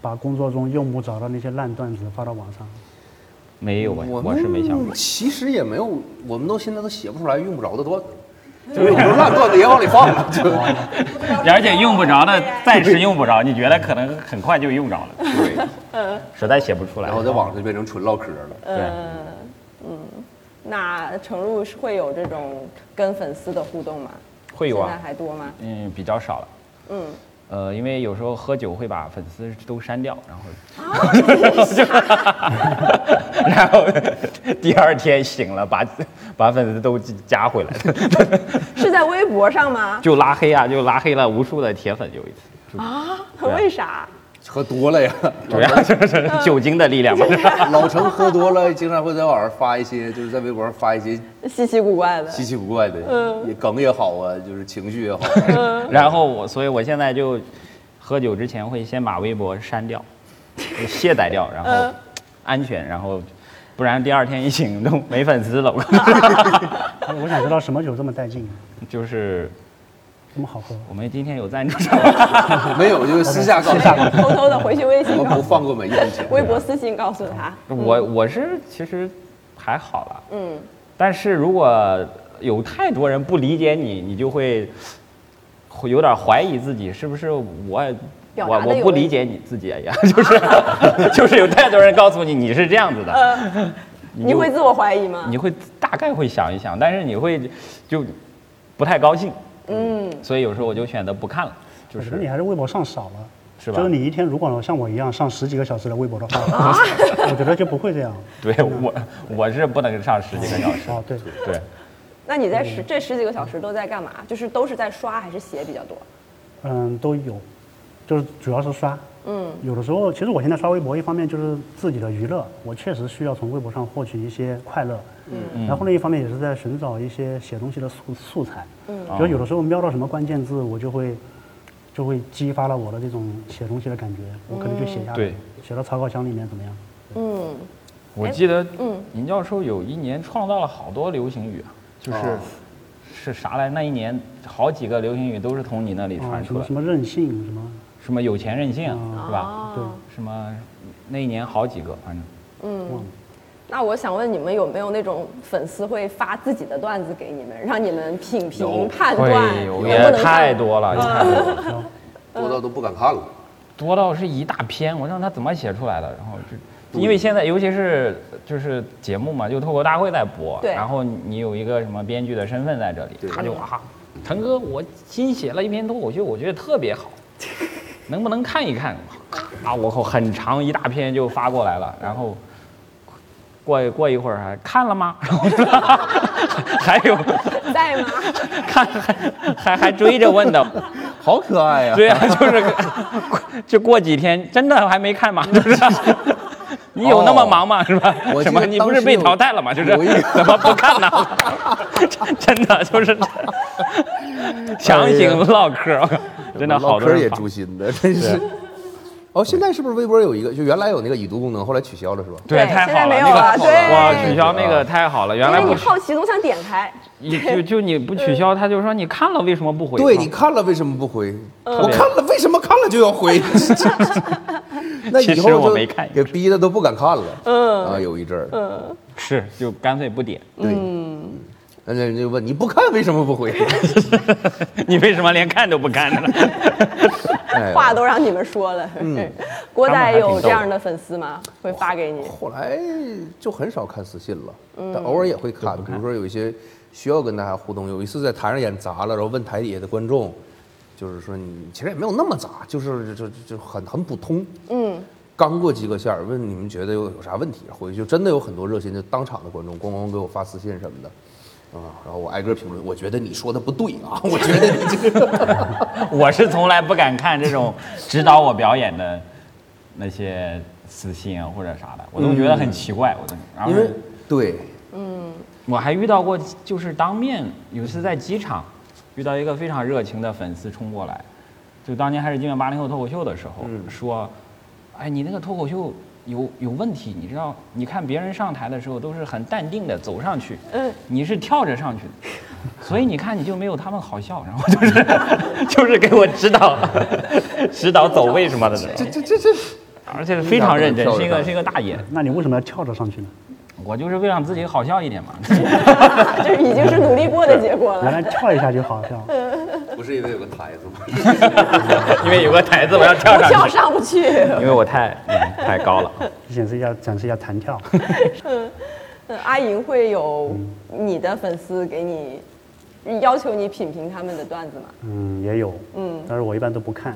Speaker 4: 把工作中用不着的那些烂段子发到网上？
Speaker 3: 没有哎，我是没想过。
Speaker 2: 其实也没有，我们都现在都写不出来用不着的段子。就是有时候烂段子也往里 放了，就
Speaker 3: 而且用不着的，暂时用不着，你觉得可能很快就用着了。
Speaker 2: 对，
Speaker 3: 实在写不出来。
Speaker 2: 然后在网上就变成纯唠嗑了。
Speaker 3: 对，
Speaker 1: 那程璐是会有这种跟粉丝的互动吗？
Speaker 5: 会有
Speaker 1: 现在
Speaker 5: 啊，
Speaker 1: 还多吗？
Speaker 5: 嗯，比较少了。
Speaker 1: 嗯，
Speaker 5: 呃，因为有时候喝酒会把粉丝都删掉，然后， 然后第二天醒了，把把粉丝都加回来，
Speaker 1: 是在微博上吗？
Speaker 3: 就拉黑啊，就拉黑了无数的铁粉，有一次，
Speaker 1: 为啥？
Speaker 2: 喝多了呀，
Speaker 3: 主要就是 酒精的力量吧。
Speaker 2: 老程喝多了，经常会在网上发一些，就是在微博上发一些
Speaker 1: 稀奇古怪的。
Speaker 2: 稀奇古怪的，也梗也好啊，就是情绪也好啊，
Speaker 3: 然后我，所以我现在就喝酒之前会先把微博删掉，就卸载掉，然后安全，然后不然第二天一醒都没粉丝了。
Speaker 4: 我想知道什么酒这么带劲，
Speaker 3: 就是
Speaker 4: 这么好喝。
Speaker 3: 我们今天有赞助商吗，
Speaker 2: 没有就是私下告诉 你，
Speaker 1: 偷偷的回去微 信
Speaker 2: 我
Speaker 1: 告诉，
Speaker 2: 不放过每一分钱。
Speaker 1: 微博私信告诉他。
Speaker 3: 我我是其实还好了，
Speaker 1: 嗯，
Speaker 3: 但是如果有太多人不理解你，你就会会有点怀疑自己是不是我。
Speaker 1: 表
Speaker 3: 我
Speaker 1: 达得
Speaker 3: 我
Speaker 1: 有
Speaker 3: 不
Speaker 1: 问
Speaker 3: 理
Speaker 1: 题
Speaker 3: 解你自己呀，就是 就是有太多人告诉你你是这样子的，
Speaker 1: 呃你
Speaker 3: 就
Speaker 1: 会自我怀疑吗？
Speaker 3: 你会大概会想一想，但是你会就不太高兴，
Speaker 1: 嗯，
Speaker 3: 所以有时候我就选择不看了，就
Speaker 4: 我觉得你
Speaker 3: 是
Speaker 4: 还是微博上少了，
Speaker 3: 是吧
Speaker 4: 就是你一天如果像我一样上十几个小时的微博的话，我觉得就不会这样。
Speaker 3: 对我我是不能上十几个小时，
Speaker 4: 哦，对，
Speaker 3: 对，
Speaker 1: 那你在十这十几个小时都在干嘛？就是都是在刷还是写比较多？
Speaker 4: 嗯，都有，就是主要是刷。嗯，有的时候，其实我现在刷微博，一方面就是自己的娱乐，我确实需要从微博上获取一些快乐。嗯，然后另一方面也是在寻找一些写东西的素素材。嗯，
Speaker 5: 啊
Speaker 4: 就有的时候瞄到什么关键字，我就会就会激发了我的这种写东西的感觉，我可能就写
Speaker 5: 嗯
Speaker 4: 下来，
Speaker 3: 对
Speaker 4: 写到草稿箱里面怎么样？
Speaker 1: 哎
Speaker 5: 我记得，嗯，尹教授有一年创造了好多流行语啊，就是、
Speaker 2: 哦
Speaker 5: 是啥来？那一年好几个流行语都是从你那里
Speaker 4: 啊，
Speaker 5: 传
Speaker 4: 什
Speaker 5: 出
Speaker 4: 么
Speaker 5: 来，
Speaker 4: 什么任性什么，
Speaker 5: 什么有钱任性、啊是吧？
Speaker 4: 对，
Speaker 5: 什么那一年好几个，反正
Speaker 1: 那我想问你们有没有那种粉丝会发自己的段子给你们，让你们品评
Speaker 2: 有
Speaker 1: 判断嗯
Speaker 3: 会
Speaker 1: 能
Speaker 3: 有
Speaker 1: 不
Speaker 3: 也
Speaker 1: 能
Speaker 3: 太
Speaker 1: 看？
Speaker 3: 多了，太多了
Speaker 2: 多到都不敢看了。
Speaker 5: 多到是一大篇，我让他怎么写出来的？然后就因为现在尤其是就是节目嘛，就脱口大会在播，
Speaker 1: 对
Speaker 5: 然后你有一个什么编剧的身份在这里，他就啊，腾哥，我新写了一篇脱口秀，我觉得特别好， 能不能看一看？啊，我靠，很长一大篇就发过来了，然后。过一过一会儿还看了吗？ 然后还有
Speaker 1: 在吗？
Speaker 5: 看还还还追着问的，
Speaker 2: 好可爱呀、
Speaker 5: 对啊，就是过就过几天，真的还没看吗？ 就是你有那么忙吗？是吧
Speaker 2: 哦我？记
Speaker 5: 什
Speaker 2: 得
Speaker 5: 么？你不是被淘汰了吗？就是
Speaker 2: 当时有
Speaker 5: 怎么不看呢？真的 就是强行唠嗑， 真的好多
Speaker 2: 哎唠嗑也
Speaker 5: 人发
Speaker 2: 诛心的，真是。哦，现在是不是微博有一个？就原来有那个已读功能，后来取消了是吧？
Speaker 1: 对
Speaker 5: 太
Speaker 1: 现在
Speaker 5: 好
Speaker 1: 没
Speaker 5: 了，
Speaker 1: 有
Speaker 5: 那个
Speaker 1: 了
Speaker 5: 太好了
Speaker 1: 对
Speaker 5: 哇，取消那个太好了，原
Speaker 1: 因
Speaker 5: 来
Speaker 1: 为你
Speaker 5: 不
Speaker 1: 好奇总想点开，
Speaker 3: 你就就你不取消，他就说你看了为什么不回？
Speaker 2: 对，你看了为什么不回？我
Speaker 3: 别
Speaker 2: 看了，为什么看了就要回？那以后
Speaker 3: 其实我
Speaker 2: 就
Speaker 3: 没看
Speaker 2: 给逼的都不敢看了。嗯啊，有一阵儿，
Speaker 3: 是就干脆 不点。
Speaker 2: 对，那人就问你不看为什么不回？
Speaker 3: 你为什么连看都不看呢？
Speaker 2: 哎呦
Speaker 1: 话都让你们说了。 郭
Speaker 3: 他们
Speaker 1: 仔
Speaker 3: 还挺
Speaker 1: 有这
Speaker 3: 逗
Speaker 1: 样
Speaker 3: 的
Speaker 1: 的粉丝吗？会发给 你？
Speaker 2: 后来就很少看私信了，但偶尔也会看，比如说有一些需要跟大家互动。有一次在台上演砸了，然后问台底下的观众，就是说你其实也没有那么砸，就是就就就很很普通，嗯，刚过及格线儿，问你们觉得有有啥问题，回去就真的有很多热心就当场的观众咣咣给我发私信什么的。啊、然后我挨个评论，我觉得你说的不对啊，我觉得你这个，
Speaker 3: 我是从来不敢看这种指导我表演的那些私信啊或者啥的，我都觉得很奇怪。我都，然
Speaker 2: 嗯
Speaker 3: 后
Speaker 2: 因为对，
Speaker 3: 我还遇到过，就是当面有一次在机场遇到一个非常热情的粉丝冲过来，就当年还是今晚八零后脱口秀的时候，说，哎，你那个脱口秀有有问题，你知道？你看别人上台的时候都是很淡定的走上去，
Speaker 1: 嗯
Speaker 3: 你是跳着上去的， 所以你看你就没有他们好笑。然后就是就是 给我指导 指导走位什么的那
Speaker 2: 这
Speaker 3: 种，
Speaker 2: 这这这，
Speaker 3: 而且是非常认真，
Speaker 2: 跳着
Speaker 3: 是一
Speaker 2: 上
Speaker 3: 个
Speaker 2: 去
Speaker 3: 是一个大爷。
Speaker 4: 那你为什么要跳着上去呢？
Speaker 3: 我就是为了让自己好笑一点嘛。
Speaker 1: 这已经是努力过的结果
Speaker 4: 原
Speaker 1: 了。
Speaker 4: 来跳一下就好 笑。
Speaker 2: 不是因为有个台子吗？
Speaker 3: 因为有个台子，我要跳
Speaker 1: 我
Speaker 3: 上
Speaker 1: 跳
Speaker 3: 去。
Speaker 1: 上不去，
Speaker 3: 因为我太，嗯太高了。
Speaker 4: 显示一下展示一下弹 跳。
Speaker 1: 嗯，阿莹会有你的粉丝给你要求你品评他们的段子吗？
Speaker 4: 嗯，也有，嗯，但是我一般都不看，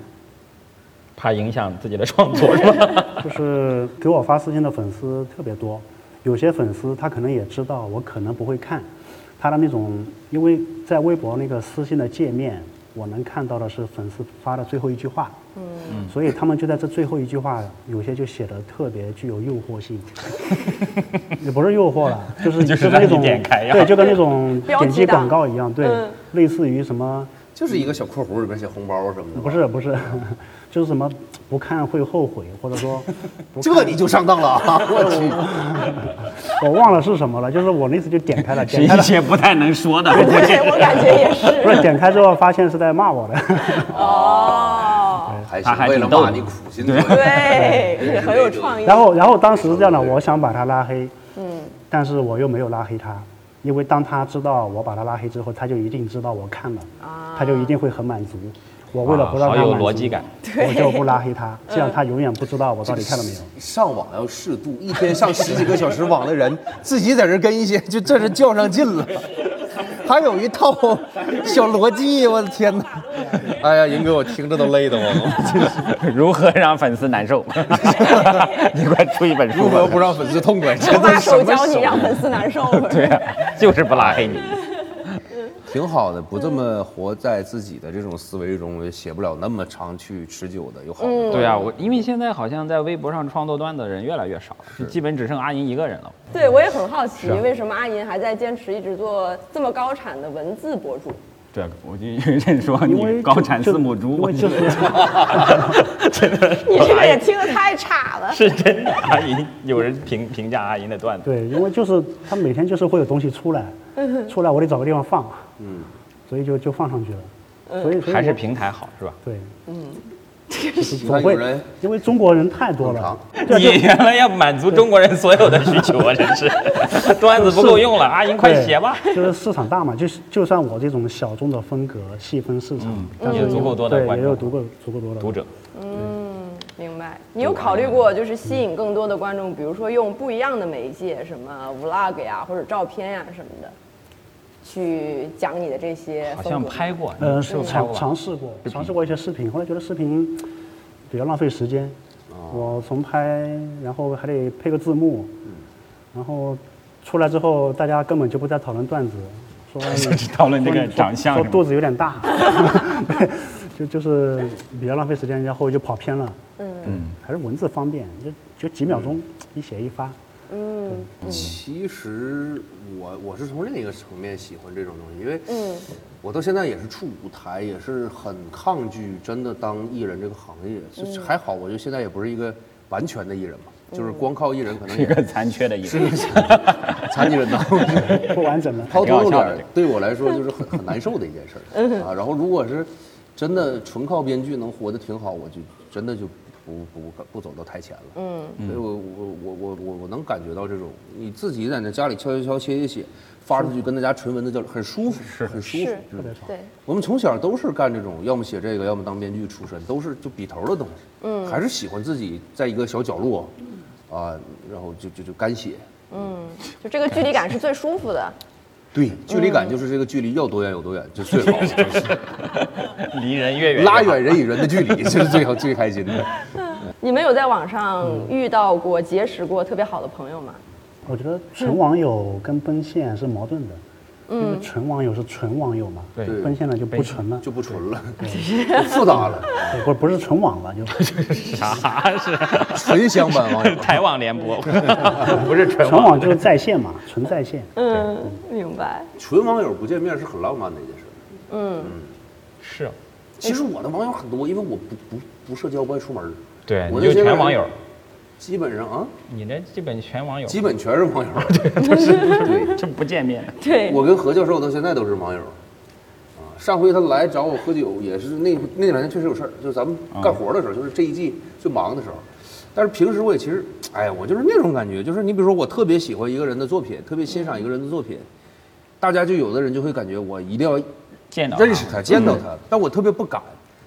Speaker 3: 怕影响自己的创作是吧？
Speaker 4: 就是给我发私信的粉丝特别多，有些粉丝他可能也知道我可能不会看，他的那种，因为在微博那个私信的界面，我能看到的是粉丝发的最后一句话，嗯，所以他们就在这最后一句话，有些就写的特别具有诱惑性，也不是诱惑了，就 是
Speaker 3: 就是
Speaker 4: 跟那
Speaker 3: 让你
Speaker 4: 种
Speaker 3: 点开呀
Speaker 4: 对，就跟那种
Speaker 1: 标
Speaker 4: 点
Speaker 1: 题
Speaker 4: 击
Speaker 1: 党
Speaker 4: 广告一 样，对，
Speaker 1: 嗯
Speaker 4: 类似于什么。
Speaker 2: 就是一个小括弧里面写红包什么的。
Speaker 4: 不，是不是， 就是什么不看会后悔，或者说不看
Speaker 2: 这你就上当了啊！我 去，
Speaker 4: 我忘了是什么了，就是我那次就点开了，
Speaker 3: 是
Speaker 4: 点开
Speaker 3: 一
Speaker 4: 了，
Speaker 3: 些不太能说的。
Speaker 1: 对，我感觉也 是。
Speaker 4: 不是点开之后发现是在骂我的，
Speaker 3: 嗯
Speaker 1: 哦，
Speaker 2: 还
Speaker 3: 他还
Speaker 2: 行为了
Speaker 3: 挺逗
Speaker 2: 骂
Speaker 3: 的
Speaker 2: 你苦心做。
Speaker 1: 对，很有创意。
Speaker 4: 然后然后当时是这样的，我想把他拉黑，嗯，但是我又没有拉黑他，因为当他知道我把他拉黑之后，他就一定知道我看了，他就一定会很满足。我为了不让
Speaker 3: 啊好
Speaker 4: 他
Speaker 3: 有
Speaker 4: 满足，
Speaker 3: 逻辑感，
Speaker 4: 我就不拉黑他，这样他永远不知道我到底看了没有。
Speaker 3: 嗯
Speaker 2: 上网要适度，一天上十几个小时网的人，自己在这跟一些就这是较上劲了，还有一套小逻辑，我的天哪！哎呀，银哥，我听着都累的我。
Speaker 3: 如何让粉丝难受？ 你快出一本书
Speaker 2: 如何
Speaker 3: 吧。
Speaker 2: 不让粉丝 痛快？
Speaker 1: 手
Speaker 2: 真
Speaker 1: 把
Speaker 2: 的
Speaker 1: 手
Speaker 2: 什么
Speaker 1: 教你，啊让粉丝难受。
Speaker 3: 对啊，就是不拉黑你。
Speaker 2: 挺好的，不这么活在自己的这种思维中，也写不了那么长去持久的有好
Speaker 1: 嗯
Speaker 2: 的。
Speaker 3: 对啊，我因为现在好像在微博上创作段子的人越来越少了，就基本只剩阿银一个人了。
Speaker 1: 对，我也很好奇，
Speaker 3: 啊
Speaker 1: 为什么阿银还在坚持一直做这么高产的文字博 主？
Speaker 3: 对，啊我就有人说
Speaker 4: 因为
Speaker 3: 你高产
Speaker 4: 就
Speaker 3: 字母猪，
Speaker 4: 因
Speaker 3: 我
Speaker 4: 为就
Speaker 3: 觉
Speaker 4: 是
Speaker 3: 得真的
Speaker 1: 你这个也听得太差了。
Speaker 3: 是真的。阿银有人评评价阿银的段子，
Speaker 4: 对，因为就是他每天就是会有东西出来，
Speaker 3: 嗯
Speaker 4: 出来我得找个地方放，嗯，所以就就放上去了，所以所
Speaker 3: 嗯
Speaker 4: 以
Speaker 3: 还是
Speaker 4: 我
Speaker 3: 平台好是吧？
Speaker 4: 对，
Speaker 2: 你
Speaker 4: 我
Speaker 2: 看有
Speaker 4: 会
Speaker 2: 人，
Speaker 4: 因为中国人太多了，
Speaker 3: 你原来要满足中国人所有的需求啊，真 是段子不够用了，阿银快
Speaker 4: 对
Speaker 3: 写吧。，
Speaker 4: 就是市场大嘛，就是就算我这种小众的风格细分市场，但是
Speaker 3: 也嗯足够多的
Speaker 4: 对，
Speaker 3: 观
Speaker 4: 也
Speaker 3: 众
Speaker 4: 有足够足够多的
Speaker 3: 读者，
Speaker 1: 明白。你有考虑过就是吸引更多的观众，比如说用不一样的媒介，什么 vlog 呀，或者照片呀什么的，去讲你的这些
Speaker 3: 好
Speaker 1: 风格
Speaker 3: 像拍过，
Speaker 4: 呃，
Speaker 3: 你
Speaker 4: 是
Speaker 3: 拍
Speaker 4: 尝
Speaker 3: 过吧
Speaker 4: 尝试过，尝试过一些视频，后来觉得视频比较浪费时间，
Speaker 3: 哦
Speaker 4: 我重拍，然后还得配个字幕，
Speaker 3: 嗯
Speaker 4: 然后出来之后大家根本就不在讨论段子， 说
Speaker 3: 只讨论这个长相
Speaker 4: 说
Speaker 3: 是吗
Speaker 4: 肚子有点大，对，就就是比较浪费时间，然后就跑偏了，嗯，还是文字方便，就就几秒钟一写一发，
Speaker 2: 其实我我是从另一个层面喜欢这种东西，因为我到现在也是出舞台，也是很抗拒真的当艺人这个行业。就是还好，我觉得现在也不是一个完全的艺人嘛，就是光靠艺人可能
Speaker 3: 是一
Speaker 2: 也
Speaker 3: 个残缺的艺
Speaker 2: 是
Speaker 3: 人。
Speaker 2: 个残疾人当。
Speaker 4: 不完整了。
Speaker 2: 抛
Speaker 3: 挺好
Speaker 2: 头露
Speaker 3: 笑
Speaker 2: 脸
Speaker 3: 的嗯
Speaker 2: 儿对我来说就是很很难受的一件事儿啊。然后如果是真的纯靠编剧能活得挺好，我就真的就不不不走到台前了。嗯，所以我我我我我我能感觉到这种你自己在那家里敲敲敲写写写，发出去跟大家纯文的交流，很舒服，是很舒服，
Speaker 1: 是
Speaker 2: 特别
Speaker 1: 对，
Speaker 2: 我们从小都是干这种，要么写这个，要么当编剧出身，都是就笔头的东西。嗯，还是喜欢自己在一个小角落，
Speaker 3: 嗯
Speaker 2: 啊，然后就就就干写。
Speaker 1: 就这个距离感是最舒服 的。
Speaker 2: 对，距离感就是这个距离要多远有多远，就最 好。就是
Speaker 3: 离人越远越好
Speaker 2: 拉远人与人的距 离，这是最好最开心的。
Speaker 1: 你们有在网上
Speaker 3: 嗯
Speaker 1: 遇到过、结识过特别好的朋友吗？
Speaker 4: 我觉得纯网友跟奔现是矛盾的，因为纯网友是纯网友嘛，
Speaker 3: 对
Speaker 4: 奔现呢就不纯了，
Speaker 2: 就不纯了， 复杂了，
Speaker 4: 对不不是纯网了，就
Speaker 3: 啥是
Speaker 2: 纯相伴网友
Speaker 3: 台网联播，不是纯
Speaker 4: 纯网就是在线嘛，纯在线。
Speaker 1: 嗯，明白。
Speaker 2: 纯网友不见面是很浪漫的一件事。
Speaker 3: 是，
Speaker 2: 其实我的网友很多，因为我不不不社交，不爱出门儿，
Speaker 3: 对，
Speaker 2: 我
Speaker 3: 你就
Speaker 2: 现在
Speaker 3: 全网友，
Speaker 2: 基本上啊，
Speaker 3: 你这基本全网友，
Speaker 2: 基本全是网 友。对，
Speaker 3: 这不见面，
Speaker 1: 对，
Speaker 2: 我跟何教授到现在都是网友。啊，上回他来找我喝酒，也是那那两天确实有事儿，就咱们干活的时候，就是这一季最忙的时候。但是平时我也其实，哎呀，我就是那种感觉，就是你比如说我特别喜欢一个人的作品，特别欣赏一个人的作品，大家就有的人就会感觉我一定要
Speaker 3: 见到他嗯
Speaker 2: 认识他、见到他，但我特别不敢，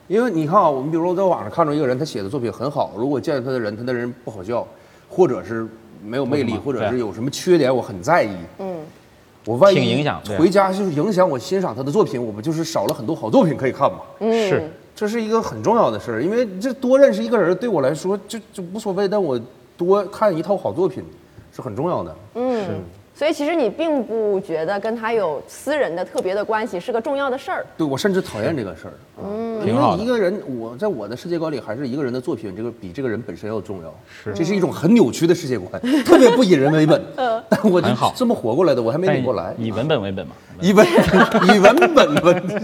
Speaker 2: 因为你看啊，我们比如说在网上看着一个人，他写的作品很好，如果见到他的人，他的人不好笑，或者是没有魅力，或者是有什么缺点，我很在意。嗯，我万一
Speaker 3: 挺影响对
Speaker 2: 回家就是影响我欣赏他的作品，我不就是少了很多好作品可以看吗？
Speaker 3: 是
Speaker 2: 这是一个很重要的事儿，因为这多认识一个人对我来说就就无所谓，但我多看一套好作品是很重要的。
Speaker 1: 嗯所以其实你并不觉得跟他有私人的特别的关系是个重要的事 儿。
Speaker 2: 对我甚至讨厌这个事儿，嗯，因
Speaker 3: 挺好
Speaker 2: 为
Speaker 3: 的
Speaker 2: 一个人，我在我的世界观里，还是一个人的作品，这个比这个人本身要重要。是，这是一种很扭曲的世界观，特别不以人为本。但我就
Speaker 3: 很好
Speaker 2: 这么活过来的，我还没
Speaker 3: 但
Speaker 2: 拧过来。
Speaker 3: 以文本为本嘛。
Speaker 2: 以文以文本文 题，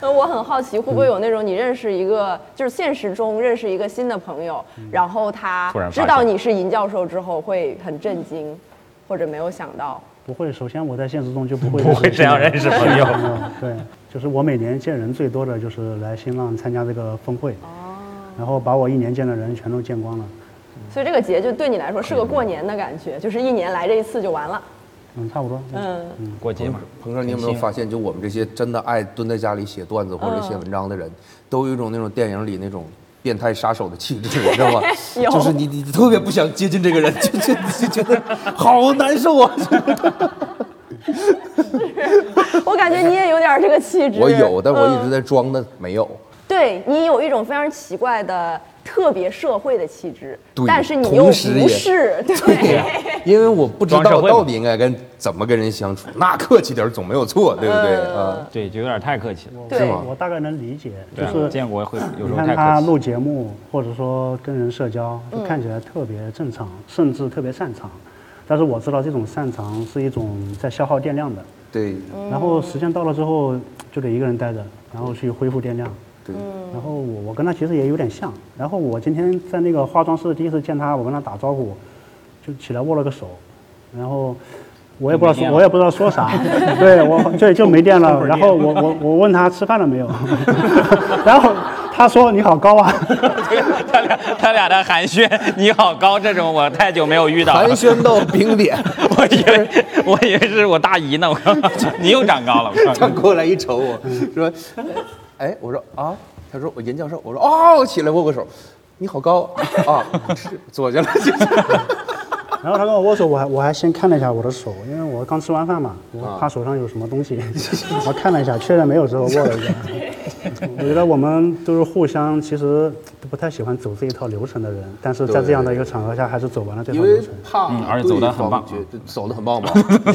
Speaker 1: 那我很好奇，会不会有那种你认识一个，就是现实中认识一个新的朋友，
Speaker 2: 嗯
Speaker 1: 然后他
Speaker 3: 突然发
Speaker 1: 知道你是尹教授之后会很震惊，或者没有想到，
Speaker 4: 不会，首先我在现实中就 不会
Speaker 3: 不会这样认识朋友
Speaker 4: 对，就是我每年见人最多的就是来新浪参加这个峰会，然后把我一年见的人全都见光了。
Speaker 2: 嗯
Speaker 1: 所以这个节就对你来说是个过年的感觉，就是一年来这一次就完了。
Speaker 4: 嗯，差不多。
Speaker 1: 嗯，
Speaker 3: 过节嘛，
Speaker 2: 鹏哥，你有没有发现，就我们这些真的爱蹲在家里写段子或者写文章的人，都有一种那种电影里那种。变态杀手的气质，你知道吗？
Speaker 1: 有
Speaker 2: 就是你，你特别不想接近这个人，就就就觉得好难受啊！
Speaker 1: 我感觉你也有点这个气质。
Speaker 2: 我有，但我一
Speaker 1: 嗯
Speaker 2: 直在装的没有。
Speaker 1: 对你有一种非常奇怪的特别社会的气质，
Speaker 2: 对
Speaker 1: 但是你
Speaker 2: 同
Speaker 1: 又不
Speaker 2: 时也
Speaker 1: 是， 对，
Speaker 2: 因为我不知
Speaker 3: 装社
Speaker 2: 道
Speaker 3: 会嘛
Speaker 2: 到底应该跟怎么跟人相处，那客气点儿总没有错，对不对啊？
Speaker 3: 对，就有点太客气了。
Speaker 1: 对
Speaker 4: 我大概能理解，
Speaker 3: 对
Speaker 4: 就
Speaker 3: 啊
Speaker 4: 是
Speaker 3: 建国会有时
Speaker 4: 你
Speaker 3: 候
Speaker 4: 看
Speaker 3: 太嗯
Speaker 4: 他
Speaker 3: 客气。
Speaker 4: 录节目，或者说跟人社交，就看起来特别正常，甚至特别擅长。但是我知道这种擅长是一种在消耗电量的，
Speaker 2: 对
Speaker 4: 然后时间到了之后就得一个人待着，然后去恢复电量。
Speaker 2: 对，
Speaker 4: 然后我我跟他其实也有点像。然后我今天在那个化妆室第一次见他，我跟他打招呼，就起来握了个手，然后我也不知道
Speaker 3: 就没电
Speaker 4: 说，
Speaker 3: 了
Speaker 4: 我也不知道说啥， 对我对就没电了。然后我我我问他吃饭了没有， 然后他说你好高啊，
Speaker 3: 他俩他俩的寒暄，你好高这种，我太久没有遇到
Speaker 2: 寒
Speaker 3: 了。
Speaker 2: 暄到冰 点，
Speaker 3: 我以为我以为是我大姨呢，我刚你又长高了。
Speaker 2: 他
Speaker 3: 我刚
Speaker 2: 过来一瞅我说：“哎，我说啊。”他说：“我尹教授。”我说：“哦，我起来握个手，你好高啊！”是坐下了，
Speaker 4: 然后他跟我握手，我还我还先看了一下我的手，因为我刚吃完饭嘛，我怕手上有什么东西，我看了一下，确认没有之后握了一下。我觉得我们都是互相，其实都不太喜欢走这一套流程的人，但是在这样的一个场合下，还是走完了这套
Speaker 2: 因为
Speaker 4: 流程。
Speaker 2: 怕
Speaker 3: 嗯而且走得很棒
Speaker 2: 对方觉得走得很棒吧？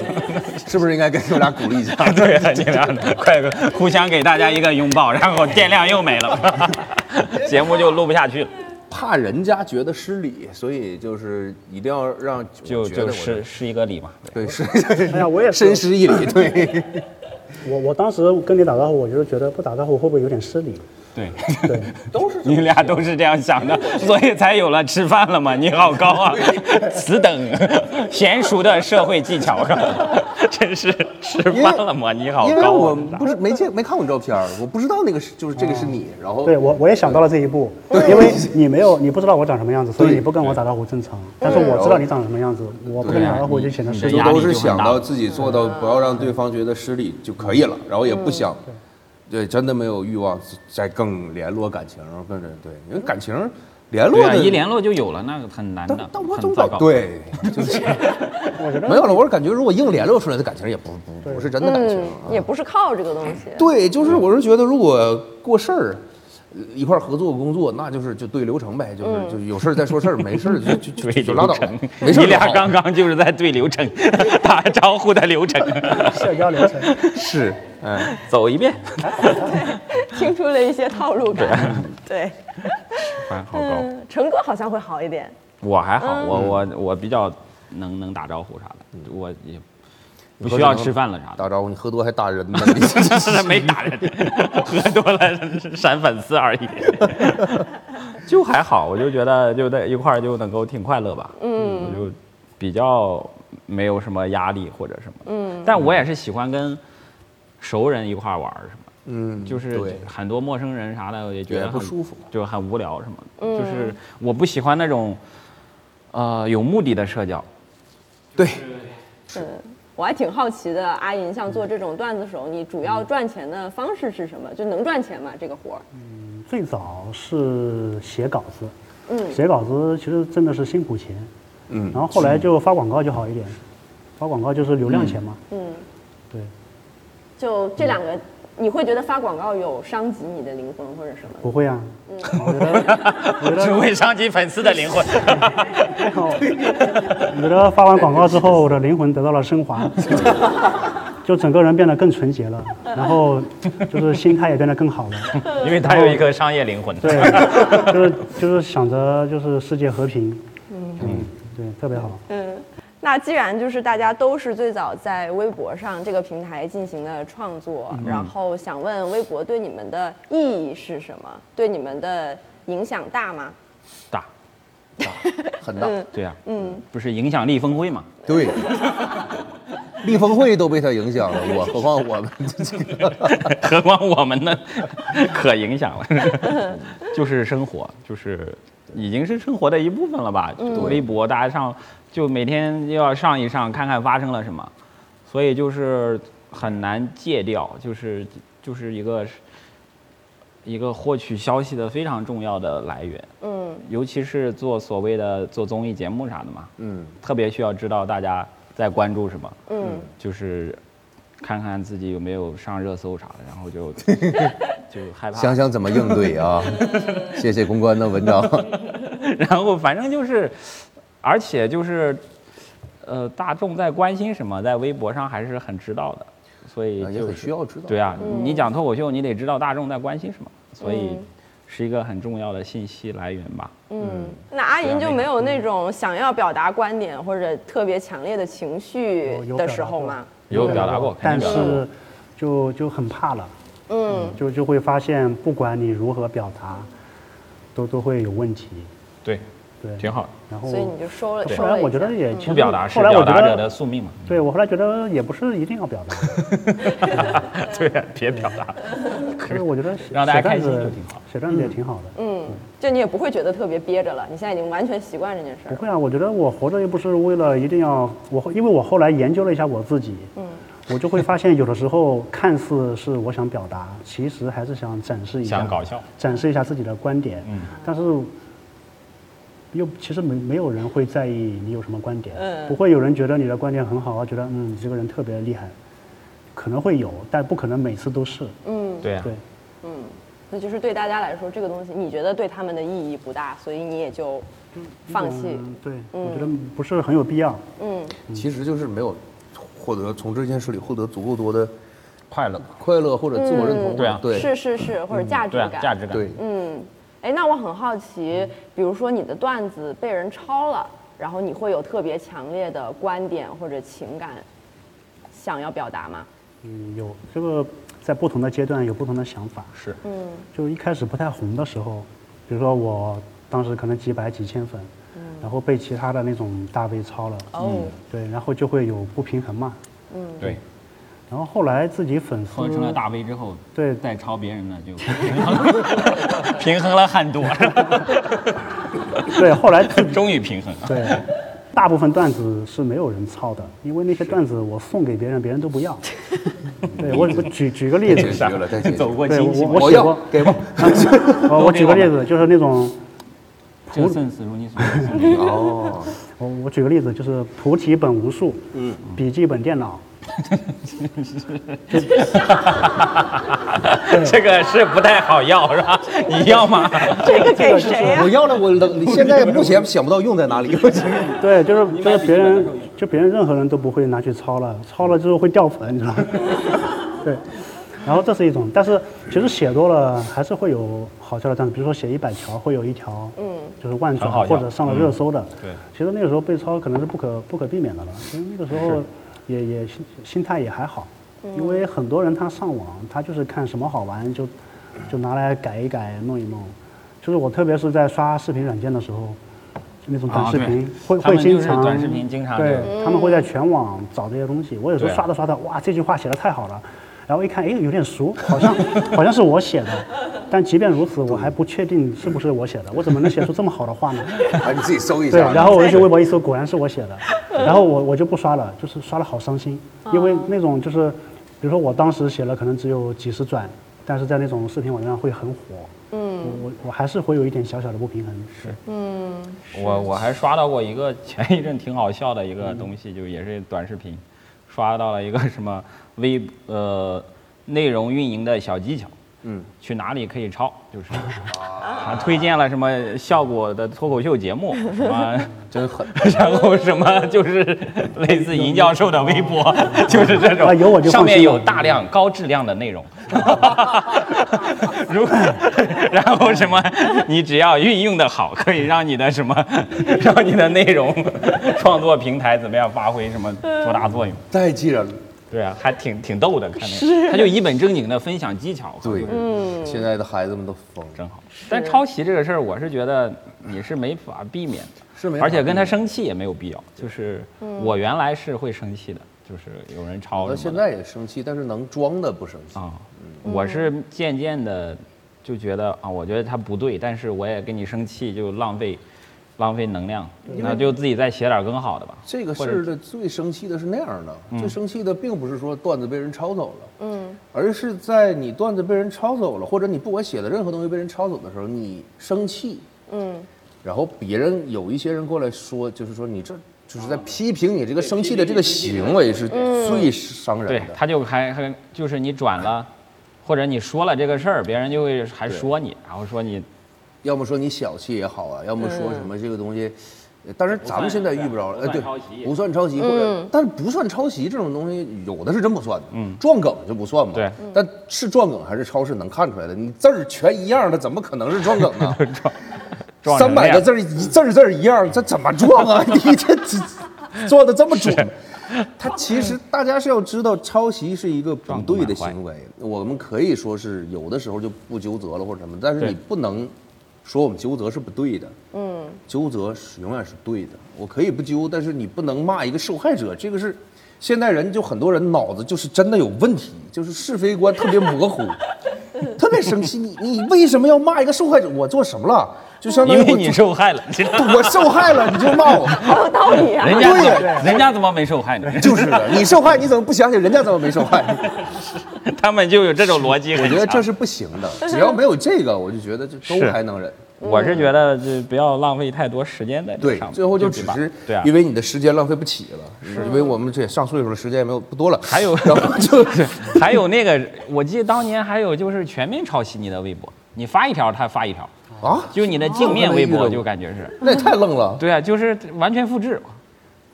Speaker 2: 是不是应该给我俩鼓励一下？
Speaker 3: 对啊，你俩快互相给大家一个拥抱，然后电量又没了， 节目就录不下去了，
Speaker 2: 怕人家觉得失礼，所以就是一定要让
Speaker 3: 就
Speaker 2: 我觉得
Speaker 3: 就
Speaker 2: 我
Speaker 3: 是是一个礼嘛。
Speaker 2: 对是。
Speaker 4: 哎呀，我也
Speaker 2: 深
Speaker 4: 是，
Speaker 2: 施一礼， 对，
Speaker 4: 我我当时跟你打招呼，我就是觉得不打招呼会不会有点失礼？
Speaker 3: 对，
Speaker 4: 对，
Speaker 2: 都是
Speaker 3: 你俩都是这样想的，所以才有了吃饭了吗？你好 高啊，此等娴熟的社会技巧， 真是吃饭了吗？ 你好
Speaker 2: 因为
Speaker 3: 高
Speaker 2: 我
Speaker 3: 啊！
Speaker 2: 不是没见没看过你照片儿，我不知道那个是就是这个是你，然后
Speaker 4: 对我我也想到了这一步，因为你没有你不知道我长什么样子，所以
Speaker 2: 对
Speaker 4: 你不跟我打招呼正常。但是我知道你长什么样子，我不跟你打招呼就显得
Speaker 3: 你
Speaker 4: 失
Speaker 3: 你
Speaker 4: 礼
Speaker 2: 就
Speaker 3: 这。
Speaker 2: 都
Speaker 3: 压
Speaker 2: 是
Speaker 3: 力就
Speaker 2: 想
Speaker 3: 很大
Speaker 2: 到自己做到不要让对方觉得失礼就可以了，然后也
Speaker 4: 嗯
Speaker 2: 不想，对，真的没有欲望再更联络感情，跟着对，因为感情联
Speaker 3: 对
Speaker 2: 络
Speaker 3: 啊，
Speaker 2: 的
Speaker 3: 一联络就有了，那个很难的
Speaker 2: 但，但我
Speaker 3: 很
Speaker 2: 总
Speaker 3: 糟
Speaker 2: 搞
Speaker 3: 糕。，
Speaker 2: 对，就是
Speaker 4: 我觉得
Speaker 2: 没有了。我是感觉如果硬联络出来的感情也不不不是真的感情
Speaker 1: 嗯，，也不是靠这个东西。
Speaker 2: 对，就是我是觉得，如果过事儿，呃一块儿合作工作，那就是就对流程呗，就是、就有事儿再说事儿，没事儿就就就
Speaker 3: 对
Speaker 2: 就就
Speaker 3: 流
Speaker 2: 拉倒
Speaker 3: 程
Speaker 2: 了，没事儿就
Speaker 3: 你俩
Speaker 2: 好
Speaker 3: 刚刚就是在对流 程打招呼的流 程，
Speaker 4: 社交流程。
Speaker 2: 是，嗯，
Speaker 3: 走一遍。
Speaker 1: 听出了一些套路感。对，
Speaker 3: 哎，好高，
Speaker 1: 嗯，成哥好像会好一点。
Speaker 3: 我还好，我我我比较能能打招呼啥的，我也不需要吃饭了啥的。
Speaker 2: 打招呼，你喝多还打 人呢，
Speaker 3: 没打人，喝多了 闪粉丝而已，就还好，我就觉得就在一块儿就能够挺快乐吧，嗯，我就比较没有什么压力或者什么，嗯，但我也是喜欢跟熟人一块儿玩儿什么，
Speaker 2: 嗯，
Speaker 3: 就是
Speaker 2: 对，
Speaker 3: 很多陌生人啥的我也觉
Speaker 2: 也
Speaker 3: 得
Speaker 2: 不
Speaker 3: 啊很
Speaker 2: 舒服，
Speaker 3: 就很无聊什么的，就是我不喜欢那种呃有目的的社交，
Speaker 2: 对，
Speaker 1: 我还挺好奇的，阿嗯银像做这种段子手，你主要赚钱的方式是什么？就能赚钱吗？这个活儿？
Speaker 4: 最早是写稿子，
Speaker 1: 嗯
Speaker 4: 写稿子其实挣的是辛苦钱，
Speaker 2: 嗯
Speaker 4: 然后后来就发广告就好一点，发广告就是流量钱嘛，
Speaker 1: 嗯，
Speaker 4: 对，
Speaker 1: 就这两个，你会觉得发广告有伤及你的灵魂或者什么？
Speaker 4: 不会啊，我觉得
Speaker 3: 只会伤及粉丝的灵魂。
Speaker 4: 还好， 我觉得发完广告之后，我的灵魂得到了升华，就整个人变得更纯洁了，然后就是心态也变得更好 了。
Speaker 3: 因为他有一个商业灵魂。
Speaker 4: 对， 就是就是想着就是世界和平，嗯，对，特别好。
Speaker 1: 嗯，那既然就是大家都是最早在微博上这个平台进行了创作，然后想问微博对你们的意义是什么？对你们的影响大吗？
Speaker 3: 大，
Speaker 2: 很大，
Speaker 3: 对呀、嗯，不是影响力峰会嘛？
Speaker 6: 对，立峰会都被他影响了，我何况我们这个。
Speaker 3: 何况我们呢， 可影响了， 就是生活，就是已经是生活的一部分了吧？就微博大家上，就每天要上一上，看看发生了什么，所以就是很难戒掉，就是就是一个一个获取消息的非常重要的来源，
Speaker 1: 嗯
Speaker 3: 尤其是做所谓的做综艺节目啥的嘛，
Speaker 2: 嗯，
Speaker 3: 特别需要知道大家在关注什么。
Speaker 1: 嗯
Speaker 3: 就是看看自己有没有上热搜啥的，然后 就就害怕，
Speaker 6: 想想怎么应对啊！谢谢公关的文章。
Speaker 3: 然后反正就是，而且就是，呃，大众在关心什么，在微博上还是很知道的，所以
Speaker 6: 啊也
Speaker 3: 就
Speaker 6: 很
Speaker 3: 是
Speaker 6: 需要知道
Speaker 3: 对啊，
Speaker 4: 嗯
Speaker 3: 你讲脱口秀，你得知道大众在关心什么，所以是一个很重要的信息来源吧。
Speaker 1: 嗯，那阿
Speaker 4: 啊
Speaker 1: 银就没有
Speaker 4: 嗯
Speaker 1: 那种想要表达观点或者特别强烈的情绪
Speaker 4: 有有
Speaker 1: 的
Speaker 4: 表
Speaker 1: 时
Speaker 4: 达
Speaker 1: 候
Speaker 4: 过
Speaker 1: 吗？
Speaker 3: 有表达过，肯
Speaker 4: 但
Speaker 3: 定表达过。
Speaker 4: 是就就很怕了，
Speaker 1: 嗯
Speaker 4: 就就会发现，不管你如何表达，都都会有问题。
Speaker 3: 对，
Speaker 4: 对，
Speaker 3: 挺好的。
Speaker 4: 然后
Speaker 1: 所以你就收了，收
Speaker 4: 后
Speaker 1: 了
Speaker 4: 来
Speaker 1: 一
Speaker 4: 我觉得
Speaker 1: 下嗯
Speaker 4: 也
Speaker 3: 不
Speaker 4: 其实
Speaker 3: 表达是
Speaker 4: 后来我
Speaker 3: 表
Speaker 4: 觉
Speaker 3: 达者
Speaker 4: 得
Speaker 3: 的，宿命嘛。
Speaker 4: 对我后来觉得也不是一定要表达，
Speaker 3: 对，别表达，
Speaker 4: 可是我觉得写
Speaker 3: 让大家
Speaker 4: 写段
Speaker 3: 开心
Speaker 4: 子
Speaker 3: 就挺好，
Speaker 4: 写段子也挺好的。
Speaker 1: 嗯，就你也不会觉得特别憋着了，你现在已经完全习惯这件事
Speaker 4: 不
Speaker 1: 儿。
Speaker 4: 会啊，我觉得我活着又不是为了一定要我后，因为我后来研究了一下我自己，嗯，我就会发现有的时候看似是我想表达，其实还是想展示一下，
Speaker 3: 想搞笑
Speaker 4: 展示一下自己的观点，嗯，但是又其实没没有人会在意你有什么观点，
Speaker 1: 嗯
Speaker 4: 不会有人觉得你的观点很好啊，觉得嗯你这个人特别厉害，可能会有，但不可能每次都是，
Speaker 1: 嗯，
Speaker 3: 对啊
Speaker 4: 对，
Speaker 1: 那就是对大家来说，这个东西你觉得对他们的意义不大，所以你也就放弃。
Speaker 4: 嗯，对，我觉得不是很有必要，
Speaker 1: 嗯
Speaker 2: 其实就是没有获得从这件事里获得足够多的
Speaker 3: 快乐嘛。
Speaker 2: 快乐或者自我认同，
Speaker 3: 对啊
Speaker 2: 对
Speaker 1: 是是是，
Speaker 4: 嗯
Speaker 1: 或者价值
Speaker 3: 对啊
Speaker 1: 感。，
Speaker 3: 价值感。
Speaker 2: 对，
Speaker 1: 嗯，哎，那我很好奇，比如说你的段子被人抄了，然后你会有特别强烈的观点或者情感想要表达吗？
Speaker 4: 嗯，有这个在不同的阶段有不同的想法，
Speaker 3: 是，
Speaker 1: 嗯
Speaker 4: 就一开始不太红的时候，比如说我当时可能几百几千粉，然后被其他的那种大 V 超了，
Speaker 1: 嗯
Speaker 4: 嗯
Speaker 1: 哦，
Speaker 4: 对，然后就会有不平衡嘛。
Speaker 3: 对。
Speaker 4: 然后后来自己粉丝
Speaker 3: 做成了大 V 之后，
Speaker 4: 对
Speaker 3: 再抄别人的 就平衡了很多，
Speaker 4: 对，后来自 己
Speaker 3: 终于平衡了。
Speaker 4: 对，大部分段子是没有人抄的，因为那些段子我送给别人，别人都不要。对我我举举个例
Speaker 2: 解
Speaker 4: 子，
Speaker 2: 决了，再解决
Speaker 3: 走
Speaker 2: 了。
Speaker 3: 过
Speaker 4: 对
Speaker 3: 亲戚
Speaker 4: 我
Speaker 3: 嘛，
Speaker 4: 我
Speaker 2: 我
Speaker 4: 写
Speaker 2: 要
Speaker 4: 过，
Speaker 2: 给吧，
Speaker 4: 哦我我举个例子，就是那种
Speaker 3: 这个 sense 如你所说，
Speaker 2: 哦，
Speaker 4: 我我举个例子，就是菩提本无树，嗯，笔记本电脑，
Speaker 3: 这个是不太好要是吧？ 你要吗？
Speaker 1: 这个给谁啊呀、
Speaker 2: 我要了，我冷，现在目前想不到用在哪 里。
Speaker 4: 对，就是就是别人，就别人任何人都不会拿去抄了，抄了之后会掉粉，你知道吗？ 对，然后这是一种，但是其实写多了还是会有好笑的段子，比如说写一百条会有一条，嗯，就是万转
Speaker 3: 很好笑嗯
Speaker 4: 或者上了热搜的，
Speaker 3: 对
Speaker 4: 其实那个时候被抄可能是不可不可避免的了，因为那个时候也也心心态也还好，因为很多人他上网他就是看什么好玩就就拿来改一改弄一弄，就是我特别是在刷视频软件的时候。那种短
Speaker 3: 啊
Speaker 4: 视
Speaker 3: 对
Speaker 4: 频、会
Speaker 3: 他们
Speaker 4: 会经
Speaker 3: 就是
Speaker 4: 常
Speaker 3: 短视频经常
Speaker 4: 对
Speaker 3: 就，
Speaker 4: 他们会在全网找这些东西。我有时候
Speaker 3: 对啊
Speaker 4: 刷着刷着，哇，这句话写的太好了，然后一看，哎，有点熟，好像好像是我写的。但即便如此，我还不确定是不是我写的，我怎么能写出这么好的话呢？
Speaker 6: 哎，你自己搜一
Speaker 4: 对，
Speaker 6: 下。
Speaker 4: 然后我就去微博一搜，果然是我写的，然后我我就不刷了，就是刷了好伤心，因为那种就是，比如说我当时写了可能只有几十转，但是在那种视频网站上会很火，嗯，我我还是会有一点小小的不平衡。是，
Speaker 3: 我我还刷到过一个前一阵挺好笑的一个东西，就也是短视频，刷到了一个什么微呃内容运营的小技巧，嗯，去哪里可以抄，就是
Speaker 4: 啊
Speaker 3: 他推荐了什么效果的脱口秀节目，什 么
Speaker 2: 真狠，
Speaker 3: 然后什么就是类似银教授的微 博， 就是这
Speaker 4: 啊
Speaker 3: 种，
Speaker 4: 有我就
Speaker 3: 上
Speaker 4: 放
Speaker 3: 面
Speaker 4: 心了
Speaker 3: 有大量高质量的内 容。如果然后什么，你只要运用的好，可以让你的什么，让你的内容创作平台怎么样发挥什么多大作用？
Speaker 2: 太气人了。
Speaker 3: 对啊，还挺挺逗的，看那个，他就一本正经的分享技巧，
Speaker 2: 对，现在的孩子们都疯了，
Speaker 3: 真好。但抄袭这个事儿，我是觉得你是没法避免的。
Speaker 2: 是没法
Speaker 3: 而且跟他
Speaker 2: 避免
Speaker 3: 生气也没有必要。就是我原来是会生气的，就是有人抄什么
Speaker 2: 我
Speaker 3: 的。
Speaker 2: 现在也生气，但是能装的不生气。
Speaker 3: 啊，我是渐渐的就觉得啊，我觉得他不对，但是我也跟你生气就浪费浪费能量，那就自己再写点更好的吧。
Speaker 2: 这个事
Speaker 3: 或者
Speaker 2: 儿的最生气的是那样的，最生气的并不是说段子被人抄走了，嗯，而是在你段子被人抄走了，或者你不管写的任何东西被人抄走的时候，你生气，
Speaker 1: 嗯，
Speaker 2: 然后别人有一些人过来说，就是说你这就是在啊批评你这个生气的这个行为是最伤
Speaker 3: 对
Speaker 2: 人，的。
Speaker 3: 他就还还就是你转了，或者你说了这个事儿，别人就会还说你，然后说你
Speaker 2: 要么说你小气也好啊，要么说什么这个东西，呃当然咱们现在遇不着了，
Speaker 3: 不
Speaker 2: 呃，
Speaker 3: 算
Speaker 2: 对
Speaker 3: 抄袭，
Speaker 2: 不算抄袭，或者但是不算抄袭这种东西，有的是真不算的，嗯，撞梗就不算嘛，
Speaker 3: 对，
Speaker 2: 但是撞梗还是抄是能看出来的，你字儿全一样的，怎么可能是撞梗呢？
Speaker 3: 撞成
Speaker 2: 三
Speaker 3: 那
Speaker 2: 百
Speaker 3: 样
Speaker 2: 个字儿一字儿字儿一样，这怎么撞 啊？你这这撞的这么准？他其
Speaker 3: 嗯
Speaker 2: 实大家是要知道，抄袭是一个不对的行为。我们可以说是有的时候就不纠责了或者什么，但是
Speaker 3: 对
Speaker 2: 你不能说我们纠责是不对的。嗯，纠责是永远是对的。我可以不纠，但是你不能骂一个受害者，这个是。现代人就很多人脑子就是真的有问题，就是是非观特别模糊， 特别生气。你你为什么要骂一个受害者？我做什么了？就相当
Speaker 3: 因
Speaker 2: 于
Speaker 3: 为
Speaker 2: 我
Speaker 3: 你
Speaker 2: 做
Speaker 3: 受害了，你知道吗
Speaker 2: 我受害了，你就骂我，
Speaker 1: 好有道理啊！
Speaker 3: 人家
Speaker 2: 对
Speaker 3: 怎么人家怎么没受害呢？
Speaker 2: 就是的。你受害，你怎么不想想人家怎么没受害？
Speaker 3: 他们就有这种逻辑很
Speaker 2: 我
Speaker 3: 强。
Speaker 2: 觉得这是不行的。只要没有这个，我就觉得这都还能忍。
Speaker 3: 我是觉得就不要浪费太多时间在这
Speaker 2: 对
Speaker 3: 上面，，
Speaker 2: 最后就
Speaker 3: 对
Speaker 2: 只
Speaker 3: 吧
Speaker 2: 是
Speaker 3: 对啊，
Speaker 2: 因为你的时间浪费不起了，因为我们这也上岁数了，时间也没有不多了。
Speaker 3: 还有
Speaker 2: 然后就是
Speaker 3: 还有那个，我记得当年还有就是全面抄袭你的微博，你发一条他发一条，
Speaker 2: 啊，
Speaker 3: 就你的镜面微博就感觉是，
Speaker 2: 那也太愣了。
Speaker 3: 对啊，就是完全复制，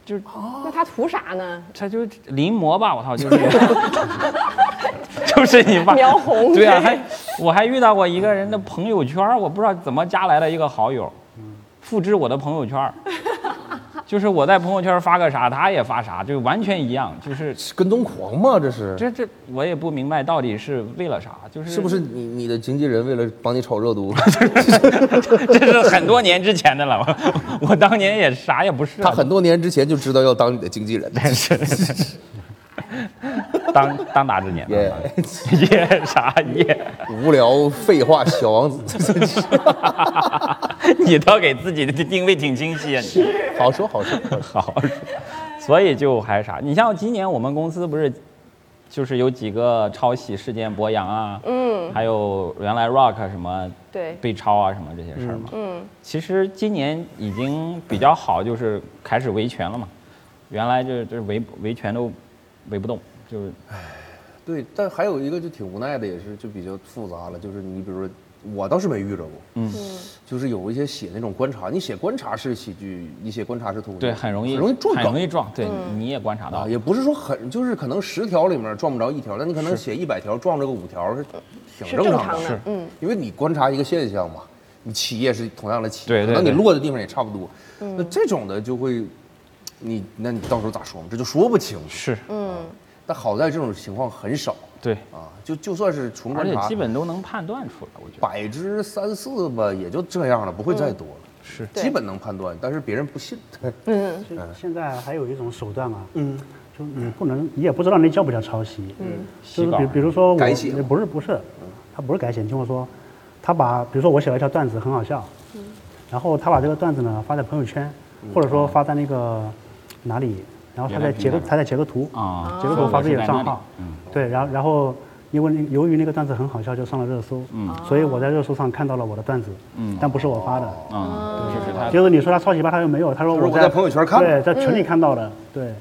Speaker 1: 那他图啥呢？
Speaker 3: 他就临摹吧，我操，就是 就是你吧，
Speaker 1: 描红
Speaker 3: 对啊，还我还遇到过一个人的朋友圈，我不知道怎么加来了一个好友，
Speaker 2: 嗯
Speaker 3: 复制我的朋友圈。就是我在朋友圈发个啥，他也发啥，就完全一样。就是
Speaker 2: 跟踪狂吗？这是
Speaker 3: 这这，我也不明白到底是为了啥，就是
Speaker 2: 是不是你你的经纪人为了帮你炒热 度，
Speaker 3: 这是很多年之前的了，我我当年也啥也不是啊，
Speaker 2: 他很多年之前就知道要当你的经纪 人？
Speaker 3: 是 当当打之年，
Speaker 2: 耶
Speaker 3: 夜啥夜？
Speaker 2: 无聊废话，小王子，
Speaker 3: 你倒给自己的定位挺清晰啊，你
Speaker 2: 好说好说。
Speaker 3: 好，所以就还啥？你像今年我们公司不是，就是有几个抄袭事件博洋啊，嗯，还有原来 Rock 什么
Speaker 1: 对，
Speaker 3: 被抄啊什么这些事儿嘛。嗯，其实今年已经比较好，就是开始维权了嘛。原来就是就是维维权都维不动，就是
Speaker 2: 对，但还有一个就挺无奈的，也是就比较复杂了，就是你比如说，我倒是没遇着过，嗯，就是有一些写那种观察，你写观察式喜剧，你写观察式脱口秀，
Speaker 3: 对很容易
Speaker 2: 很容易撞
Speaker 3: 很
Speaker 2: 梗
Speaker 3: 容易撞。对，你也观察到
Speaker 2: 啊，，也不是说很，就是可能十条里面撞不着一条，但你可能写一百条撞着个五条是挺
Speaker 1: 是
Speaker 2: 正
Speaker 1: 正
Speaker 2: 常
Speaker 1: 常
Speaker 2: 的，
Speaker 1: 的，嗯，
Speaker 2: 因为你观察一个现象嘛，你起也是同样的起，
Speaker 3: 对对
Speaker 2: 可能你
Speaker 3: 对
Speaker 2: 落的地方也差不多，
Speaker 1: 嗯
Speaker 2: 那这种的就会，你那你到时候咋说嘛？这就说不清楚。
Speaker 3: 是，
Speaker 2: 但好在这种情况很少
Speaker 3: 对，
Speaker 2: 啊，就就算是纯
Speaker 3: 而
Speaker 2: 观
Speaker 3: 且
Speaker 2: 察，
Speaker 3: 基本都能判断出来，我觉得
Speaker 2: 百之三四吧，也就这样了，不会再多了。
Speaker 3: 是
Speaker 1: 嗯对
Speaker 2: 基本能判断，但是别人不信。
Speaker 4: 就
Speaker 3: 嗯
Speaker 4: 现在还有一种手段啊，嗯，就你不能，你也不知道那叫不叫抄袭，嗯，
Speaker 3: 洗
Speaker 4: 就是
Speaker 3: 稿嗯
Speaker 4: 比比如说我
Speaker 2: 改写
Speaker 4: 呃不是不是，他不是改写，你听我说，他把比如说我写了一条段子很好笑，
Speaker 3: 嗯
Speaker 4: 然后他把这个段子呢发在朋友圈，或者说发在那个哪里，然后他
Speaker 3: 原来
Speaker 4: 再
Speaker 3: 平
Speaker 4: 截个
Speaker 3: 台上
Speaker 4: 他再截个图，
Speaker 3: 啊，
Speaker 4: 截个图
Speaker 3: 我
Speaker 4: 发自己
Speaker 3: 是
Speaker 4: 的
Speaker 3: 在那
Speaker 4: 账
Speaker 3: 里嗯
Speaker 4: 号，对，然后然后因为那由于那个段子很好笑，就上了热搜，
Speaker 3: 啊
Speaker 4: 嗯，所以我在热搜上看到了我的段子，嗯，但不是我发的，
Speaker 3: 嗯，就是他
Speaker 4: 就是你说他抄袭吧，他又没有，他说
Speaker 6: 他说
Speaker 4: 我
Speaker 6: 我在朋友圈看
Speaker 4: 对，在群里看到的，对，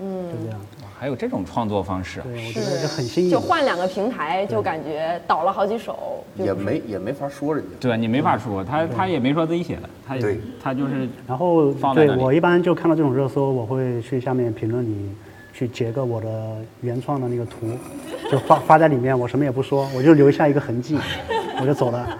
Speaker 4: 嗯，就这样，
Speaker 3: 还有这种创作方式，
Speaker 4: 对，我觉得就很新颖
Speaker 1: 就，换两个平台，就感觉倒了好几手，就
Speaker 6: 也没也没法说人家。
Speaker 3: 对你没法说，他他也没说自己写的，他也
Speaker 6: 对
Speaker 3: 他就是
Speaker 4: 然后
Speaker 3: 放在
Speaker 4: 对
Speaker 3: 那里
Speaker 4: 我一般就看到这种热搜，我会去下面评论里去截个我的原创的那个图，就发发在里面，我什么也不说，我就留下一个痕 迹，我就走了。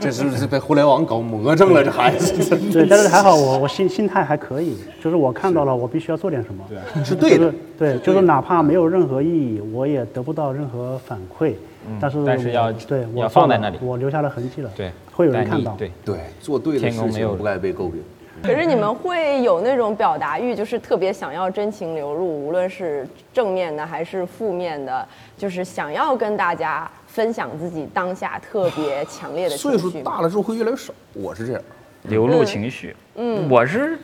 Speaker 6: 这是这被互联网搞魔怔了，这孩子真的
Speaker 4: 对，但是还好我我心心态还可以，就是我看到了，我必须要做点什么。对，
Speaker 6: 是对
Speaker 4: 就
Speaker 6: 的
Speaker 4: 是。对，就是哪怕没有任何意义，我也得不到任何反馈，但是
Speaker 3: 嗯但是
Speaker 4: 我
Speaker 3: 要
Speaker 4: 对我
Speaker 3: 要
Speaker 4: 做
Speaker 3: 放在那
Speaker 4: 了
Speaker 3: 里
Speaker 4: 我留下了痕迹了，
Speaker 3: 对，
Speaker 4: 会有人
Speaker 3: 但
Speaker 4: 看
Speaker 3: 你
Speaker 4: 到。
Speaker 3: 对，
Speaker 6: 对，做对的
Speaker 3: 天
Speaker 6: 事
Speaker 3: 空没有
Speaker 6: 情不该被诟病。
Speaker 1: 可是你们会有那种表达欲，就是特别想要真情流露，无论是正面的还是负面的，就是想要跟大家分享自己当下特别强烈的情
Speaker 6: 岁
Speaker 1: 绪。
Speaker 6: 数大，了之后会越来越少，我是这样。
Speaker 3: 流露情绪。嗯，我是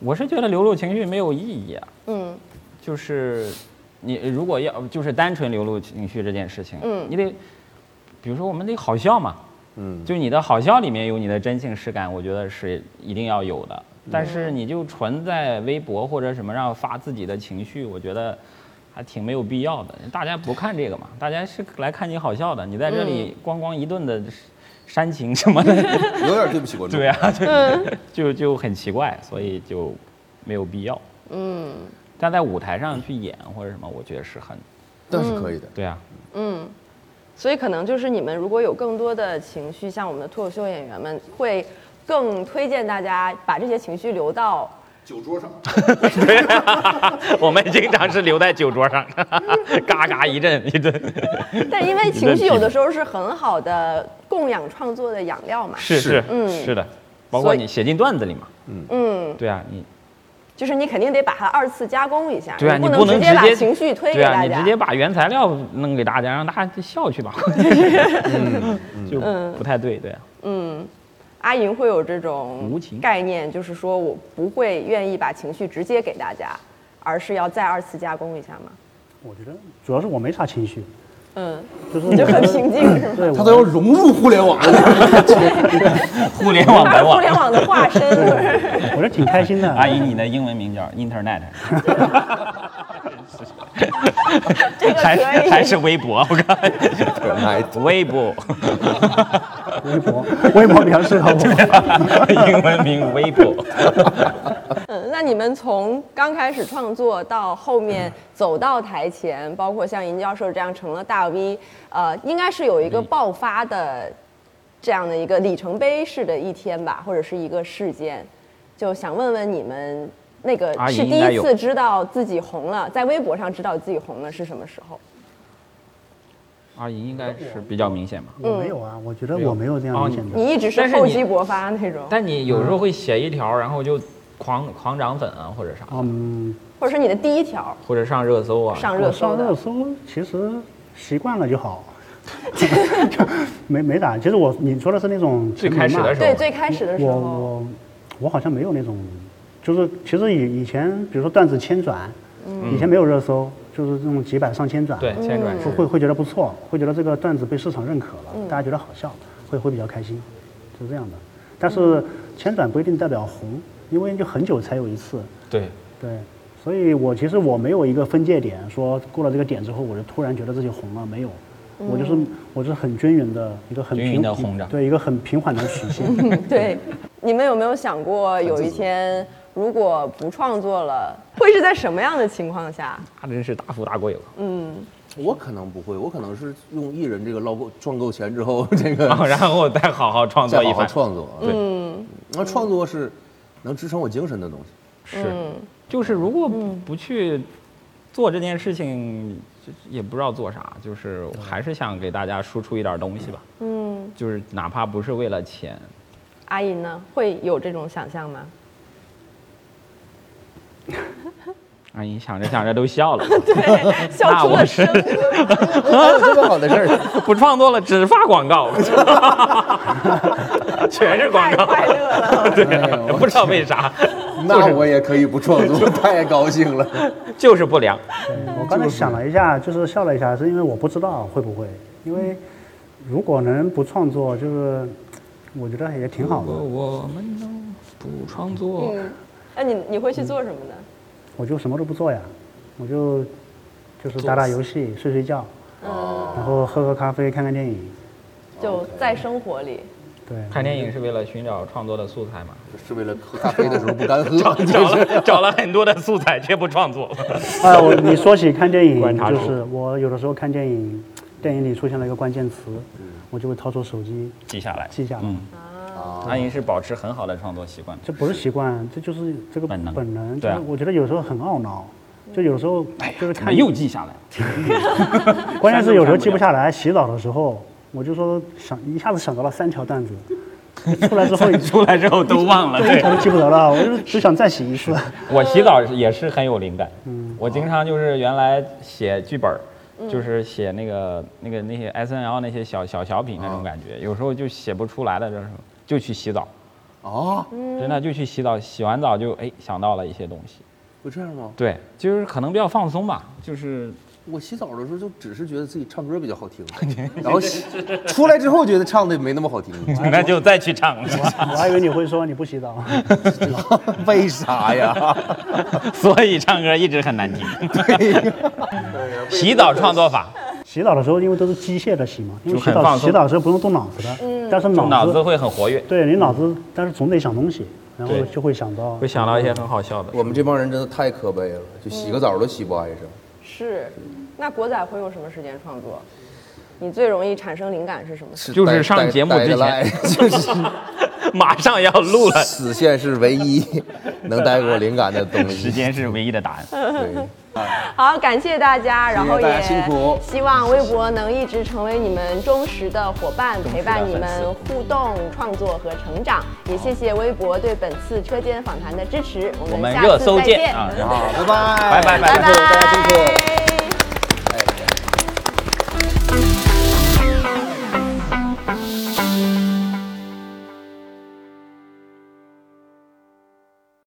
Speaker 3: 我是觉得流露情绪没有意义啊。嗯，就是你如果要就是单纯流露情绪这件事情，嗯，你得比如说我们得好笑嘛，嗯，就你的好笑里面有你的真情实感，我觉得是一定要有的。但是你就纯在微博或者什么上发自己的情绪，我觉得还挺没有必要的。大家不看这个嘛，大家是来看你好笑的。你在这里咣咣一顿的煽情什么的，
Speaker 6: 有点对不起观众。
Speaker 3: 对啊，就、
Speaker 1: 嗯
Speaker 3: 就就很奇怪，所以就没有必要。嗯，但在舞台上去演或者什么，我觉得是很
Speaker 6: 但是可以的。
Speaker 3: 对啊，
Speaker 1: 所以可能就是你们如果有更多的情绪，像我们的脱口秀演员们会更推荐大家把这些情绪留到
Speaker 6: 酒桌上，
Speaker 3: 我们经常是留在酒桌上， 嘎嘎一阵一阵，
Speaker 1: 但因为情绪有的时候是很好的供养创作的养料嘛，
Speaker 3: 是是是的，包
Speaker 1: 嗯
Speaker 3: 括
Speaker 1: 所以
Speaker 3: 你写进段子里嘛，
Speaker 1: 嗯，
Speaker 3: 对啊，你
Speaker 1: 就是你肯定得把它二次加工一下，
Speaker 3: 对啊，
Speaker 1: 你
Speaker 3: 不
Speaker 1: 直
Speaker 3: 能
Speaker 1: 接把
Speaker 3: 接
Speaker 1: 情绪推给
Speaker 3: 对啊，
Speaker 1: 大
Speaker 3: 你
Speaker 1: 家
Speaker 3: 直。接把原材料弄给大家，让大家笑 去吧，
Speaker 1: 嗯
Speaker 3: 就不太对，对啊，
Speaker 1: 阿银会有这种
Speaker 3: 无情
Speaker 1: 概念，就是说我不会愿意把情绪直接给大家，而是要再二次加工一下嘛，
Speaker 4: 我觉得主要是我没啥情绪，
Speaker 1: 嗯，
Speaker 4: 就是
Speaker 1: 就很
Speaker 4: 我觉得
Speaker 1: 平静是吗？
Speaker 4: 对，
Speaker 6: 他
Speaker 4: 我
Speaker 6: 都要融入互联网了。
Speaker 3: 互联网
Speaker 1: 他
Speaker 3: 白
Speaker 1: 是互
Speaker 3: 网。
Speaker 1: 联网的化身，是不是？
Speaker 4: 我是挺开心 的。
Speaker 3: 阿姨，你的英文名叫 Internet，
Speaker 1: 这个
Speaker 3: 还
Speaker 1: 可以
Speaker 3: 还是微博？我看
Speaker 6: 哎，
Speaker 3: 微博，
Speaker 4: 微博， 微博比较适 合
Speaker 3: 啊
Speaker 4: 我。
Speaker 3: 英文名微博。
Speaker 1: 嗯，那你们从刚开始创作到后面走到台前，包括像尹教授这样成了大 V，呃，应该是有一个爆发的这样的一个里程碑式的一天吧，或者是一个事件，就想问问你们那个
Speaker 3: 阿姨
Speaker 1: 是第
Speaker 3: 应该
Speaker 1: 一
Speaker 3: 有
Speaker 1: 次知道自己红了，在微博上知道自己红了是什么时候？
Speaker 3: 阿姨应该是比较明显吧？
Speaker 4: 我没有啊，我觉得我没有这样明显的。
Speaker 1: 你一直是
Speaker 3: 但是你
Speaker 1: 厚积薄发那种，
Speaker 3: 但你有时候会写一条，然后就狂狂涨粉啊，或者啥，
Speaker 4: 嗯，
Speaker 1: 或者是你的第一条
Speaker 3: 或者上热搜啊。
Speaker 1: 上
Speaker 4: 我
Speaker 1: 热搜
Speaker 4: 上热
Speaker 1: 的，
Speaker 4: 搜其实习惯了就好， 没没咋。其实我你说的是那种
Speaker 3: 最开始的时
Speaker 1: 对，
Speaker 3: 候，
Speaker 1: 最开始的时
Speaker 4: 我
Speaker 1: 候，
Speaker 4: 我我好像没有那种，就是其实以以前比如说段子千转，
Speaker 1: 嗯
Speaker 4: 以前没有热搜，就是这种几百上千转，
Speaker 3: 对，千转
Speaker 4: 会会会觉得不错，会觉得这个段子被市场认可了，
Speaker 1: 嗯
Speaker 4: 大家觉得好笑，会会比较开心，是这样的。但是
Speaker 1: 嗯
Speaker 4: 千转不一定代表红，因为就很久才有一次，
Speaker 3: 对，
Speaker 4: 对，所以我其实我没有一个分界点，说过了这个点之后，我就突然觉得自己红了，没有。
Speaker 1: 嗯
Speaker 4: 我就是我是很均匀的一个很
Speaker 3: 均
Speaker 4: 平
Speaker 3: 匀地红着
Speaker 4: 对一个很平缓的曲 线。
Speaker 1: 对，你们有没有想过有一天如果不创作了，会是在什么样的情况下？
Speaker 3: 那真是大富大贵了。
Speaker 6: 我可能不会，我可能是用艺人这个捞够赚够钱之后，这个
Speaker 3: 然后然后再好好创
Speaker 6: 再
Speaker 3: 啊作一
Speaker 6: 好好
Speaker 3: 番。
Speaker 6: 创作。啊
Speaker 3: 对，
Speaker 6: 那创作是能支撑我精神的东西。
Speaker 3: 是，就是如果不去做这件事情，就也不知道做啥，就是还是想给大家输出一点东西吧。
Speaker 1: 嗯，
Speaker 3: 就是哪怕不是为了钱，
Speaker 1: 阿姨呢，会有这种想象吗？
Speaker 3: 阿姨哎想着想着都 笑了，
Speaker 1: 笑出
Speaker 3: 我
Speaker 1: 了
Speaker 3: 是
Speaker 1: 声，
Speaker 6: 这么好的事儿，
Speaker 3: 不 创作了，只发广告，全是广
Speaker 1: 太
Speaker 3: 告。
Speaker 1: 快乐了。
Speaker 3: 这个不知道为啥，
Speaker 6: 哎 那我也可以不创作，太高兴了。
Speaker 3: 就是不良。
Speaker 4: 我刚才想了一下，就是笑了一下，是因为我不知道会不会，因为如果能不创作，就是我觉得也挺好的。
Speaker 3: 我们能不创 作
Speaker 1: 嗯，那你你会去做什么呢？
Speaker 4: 我就什么都不做呀，我就就是打打游戏、睡睡觉，然后喝喝咖啡、看看电影。
Speaker 1: 就在生活里，
Speaker 4: 对，
Speaker 3: 看电影是为了寻找创作的素 材嘛？
Speaker 6: 是为了喝咖啡的时候不干 喝，
Speaker 3: 找了找了很多的素材，却不创作。
Speaker 4: 啊，我你说起看电影
Speaker 3: 观，察
Speaker 4: 就
Speaker 3: 者
Speaker 4: 是我有的时候看电影，电影里出现了一个关键词，
Speaker 3: 嗯
Speaker 4: 我就会掏出手机
Speaker 3: 记下来。
Speaker 4: 记下来。
Speaker 3: 嗯安莹是保持很好的创作习惯。
Speaker 4: 这不是习惯，这就是这个
Speaker 3: 本能
Speaker 4: 本能。
Speaker 3: 对啊哎
Speaker 4: 就是我觉得有时候很懊恼，就有时候就是
Speaker 3: 怎
Speaker 4: 看
Speaker 3: 么又记下来 了？
Speaker 4: 关键是有时候记不下来，洗澡的时候我就说想一下子想到了三条段子，出来 之后
Speaker 3: 出来之后都忘了。
Speaker 4: 一
Speaker 3: 对
Speaker 4: 条，都记不得 了，我就只想再洗一次。
Speaker 3: 我洗澡也是很有灵感。
Speaker 4: 嗯
Speaker 3: 我经常就是原来写剧本儿，就是写那个那个那些 S N L 那些小小小品那种感
Speaker 4: 嗯
Speaker 3: 觉，有时候就写不出来了，就是就去洗澡，
Speaker 6: 啊，
Speaker 3: 真的就去洗澡，洗完澡就哎想到了一些东西。
Speaker 6: 会这样吗？
Speaker 3: 对，就是可能比较放松吧，就是
Speaker 6: 我洗澡的时候就只是觉得自己唱歌比较 好听，然后洗出来之后觉得唱的没那么 好听，
Speaker 4: 哎
Speaker 3: 那就再去唱了。
Speaker 4: 我还以为你会说你不洗澡，
Speaker 6: 为啥呀？
Speaker 3: 所以唱歌一直很难听。洗澡创作法，
Speaker 4: 洗澡的时候因为都是机械的洗嘛，因为
Speaker 3: 就
Speaker 4: 洗
Speaker 3: 很
Speaker 4: 澡
Speaker 3: 放松
Speaker 4: 洗澡的时候不用动脑子的，但是
Speaker 3: 脑
Speaker 4: 脑
Speaker 3: 子会很活跃，
Speaker 4: 对你脑子，但是总得想东西，然后
Speaker 3: 对
Speaker 4: 就会想到
Speaker 3: 会想到一些很好笑的。
Speaker 2: 我们这帮人真的太可悲了，就洗个澡都洗不挨着。
Speaker 1: 是。那国仔会用什么时间创作？你最容易产生灵感是什么？
Speaker 3: 嗯就是上
Speaker 2: 呆
Speaker 3: 节目
Speaker 2: 呆
Speaker 3: 之
Speaker 2: 着赖 就是
Speaker 3: 马上要录了，
Speaker 2: 死线是唯一能带给我灵感的东
Speaker 3: 时
Speaker 2: 西。
Speaker 3: 间是唯一的答案。
Speaker 1: 嗯
Speaker 2: 对，
Speaker 1: 好，感谢大家，然后
Speaker 6: 大家
Speaker 1: 也
Speaker 6: 辛苦
Speaker 1: 希望微博能一直成为你们忠实的伙伴，
Speaker 3: 忠实的
Speaker 1: 陪伴你们
Speaker 3: 粉丝
Speaker 1: 互动、创作和成长。也谢谢微博对本次车间访谈的支持，我
Speaker 3: 我
Speaker 1: 们
Speaker 3: 们
Speaker 1: 下
Speaker 3: 热
Speaker 1: 次
Speaker 3: 搜
Speaker 1: 再
Speaker 3: 见啊，然后
Speaker 6: 好，拜拜，
Speaker 1: 拜
Speaker 3: 拜拜拜
Speaker 1: 拜，
Speaker 3: 拜
Speaker 6: 大家辛苦。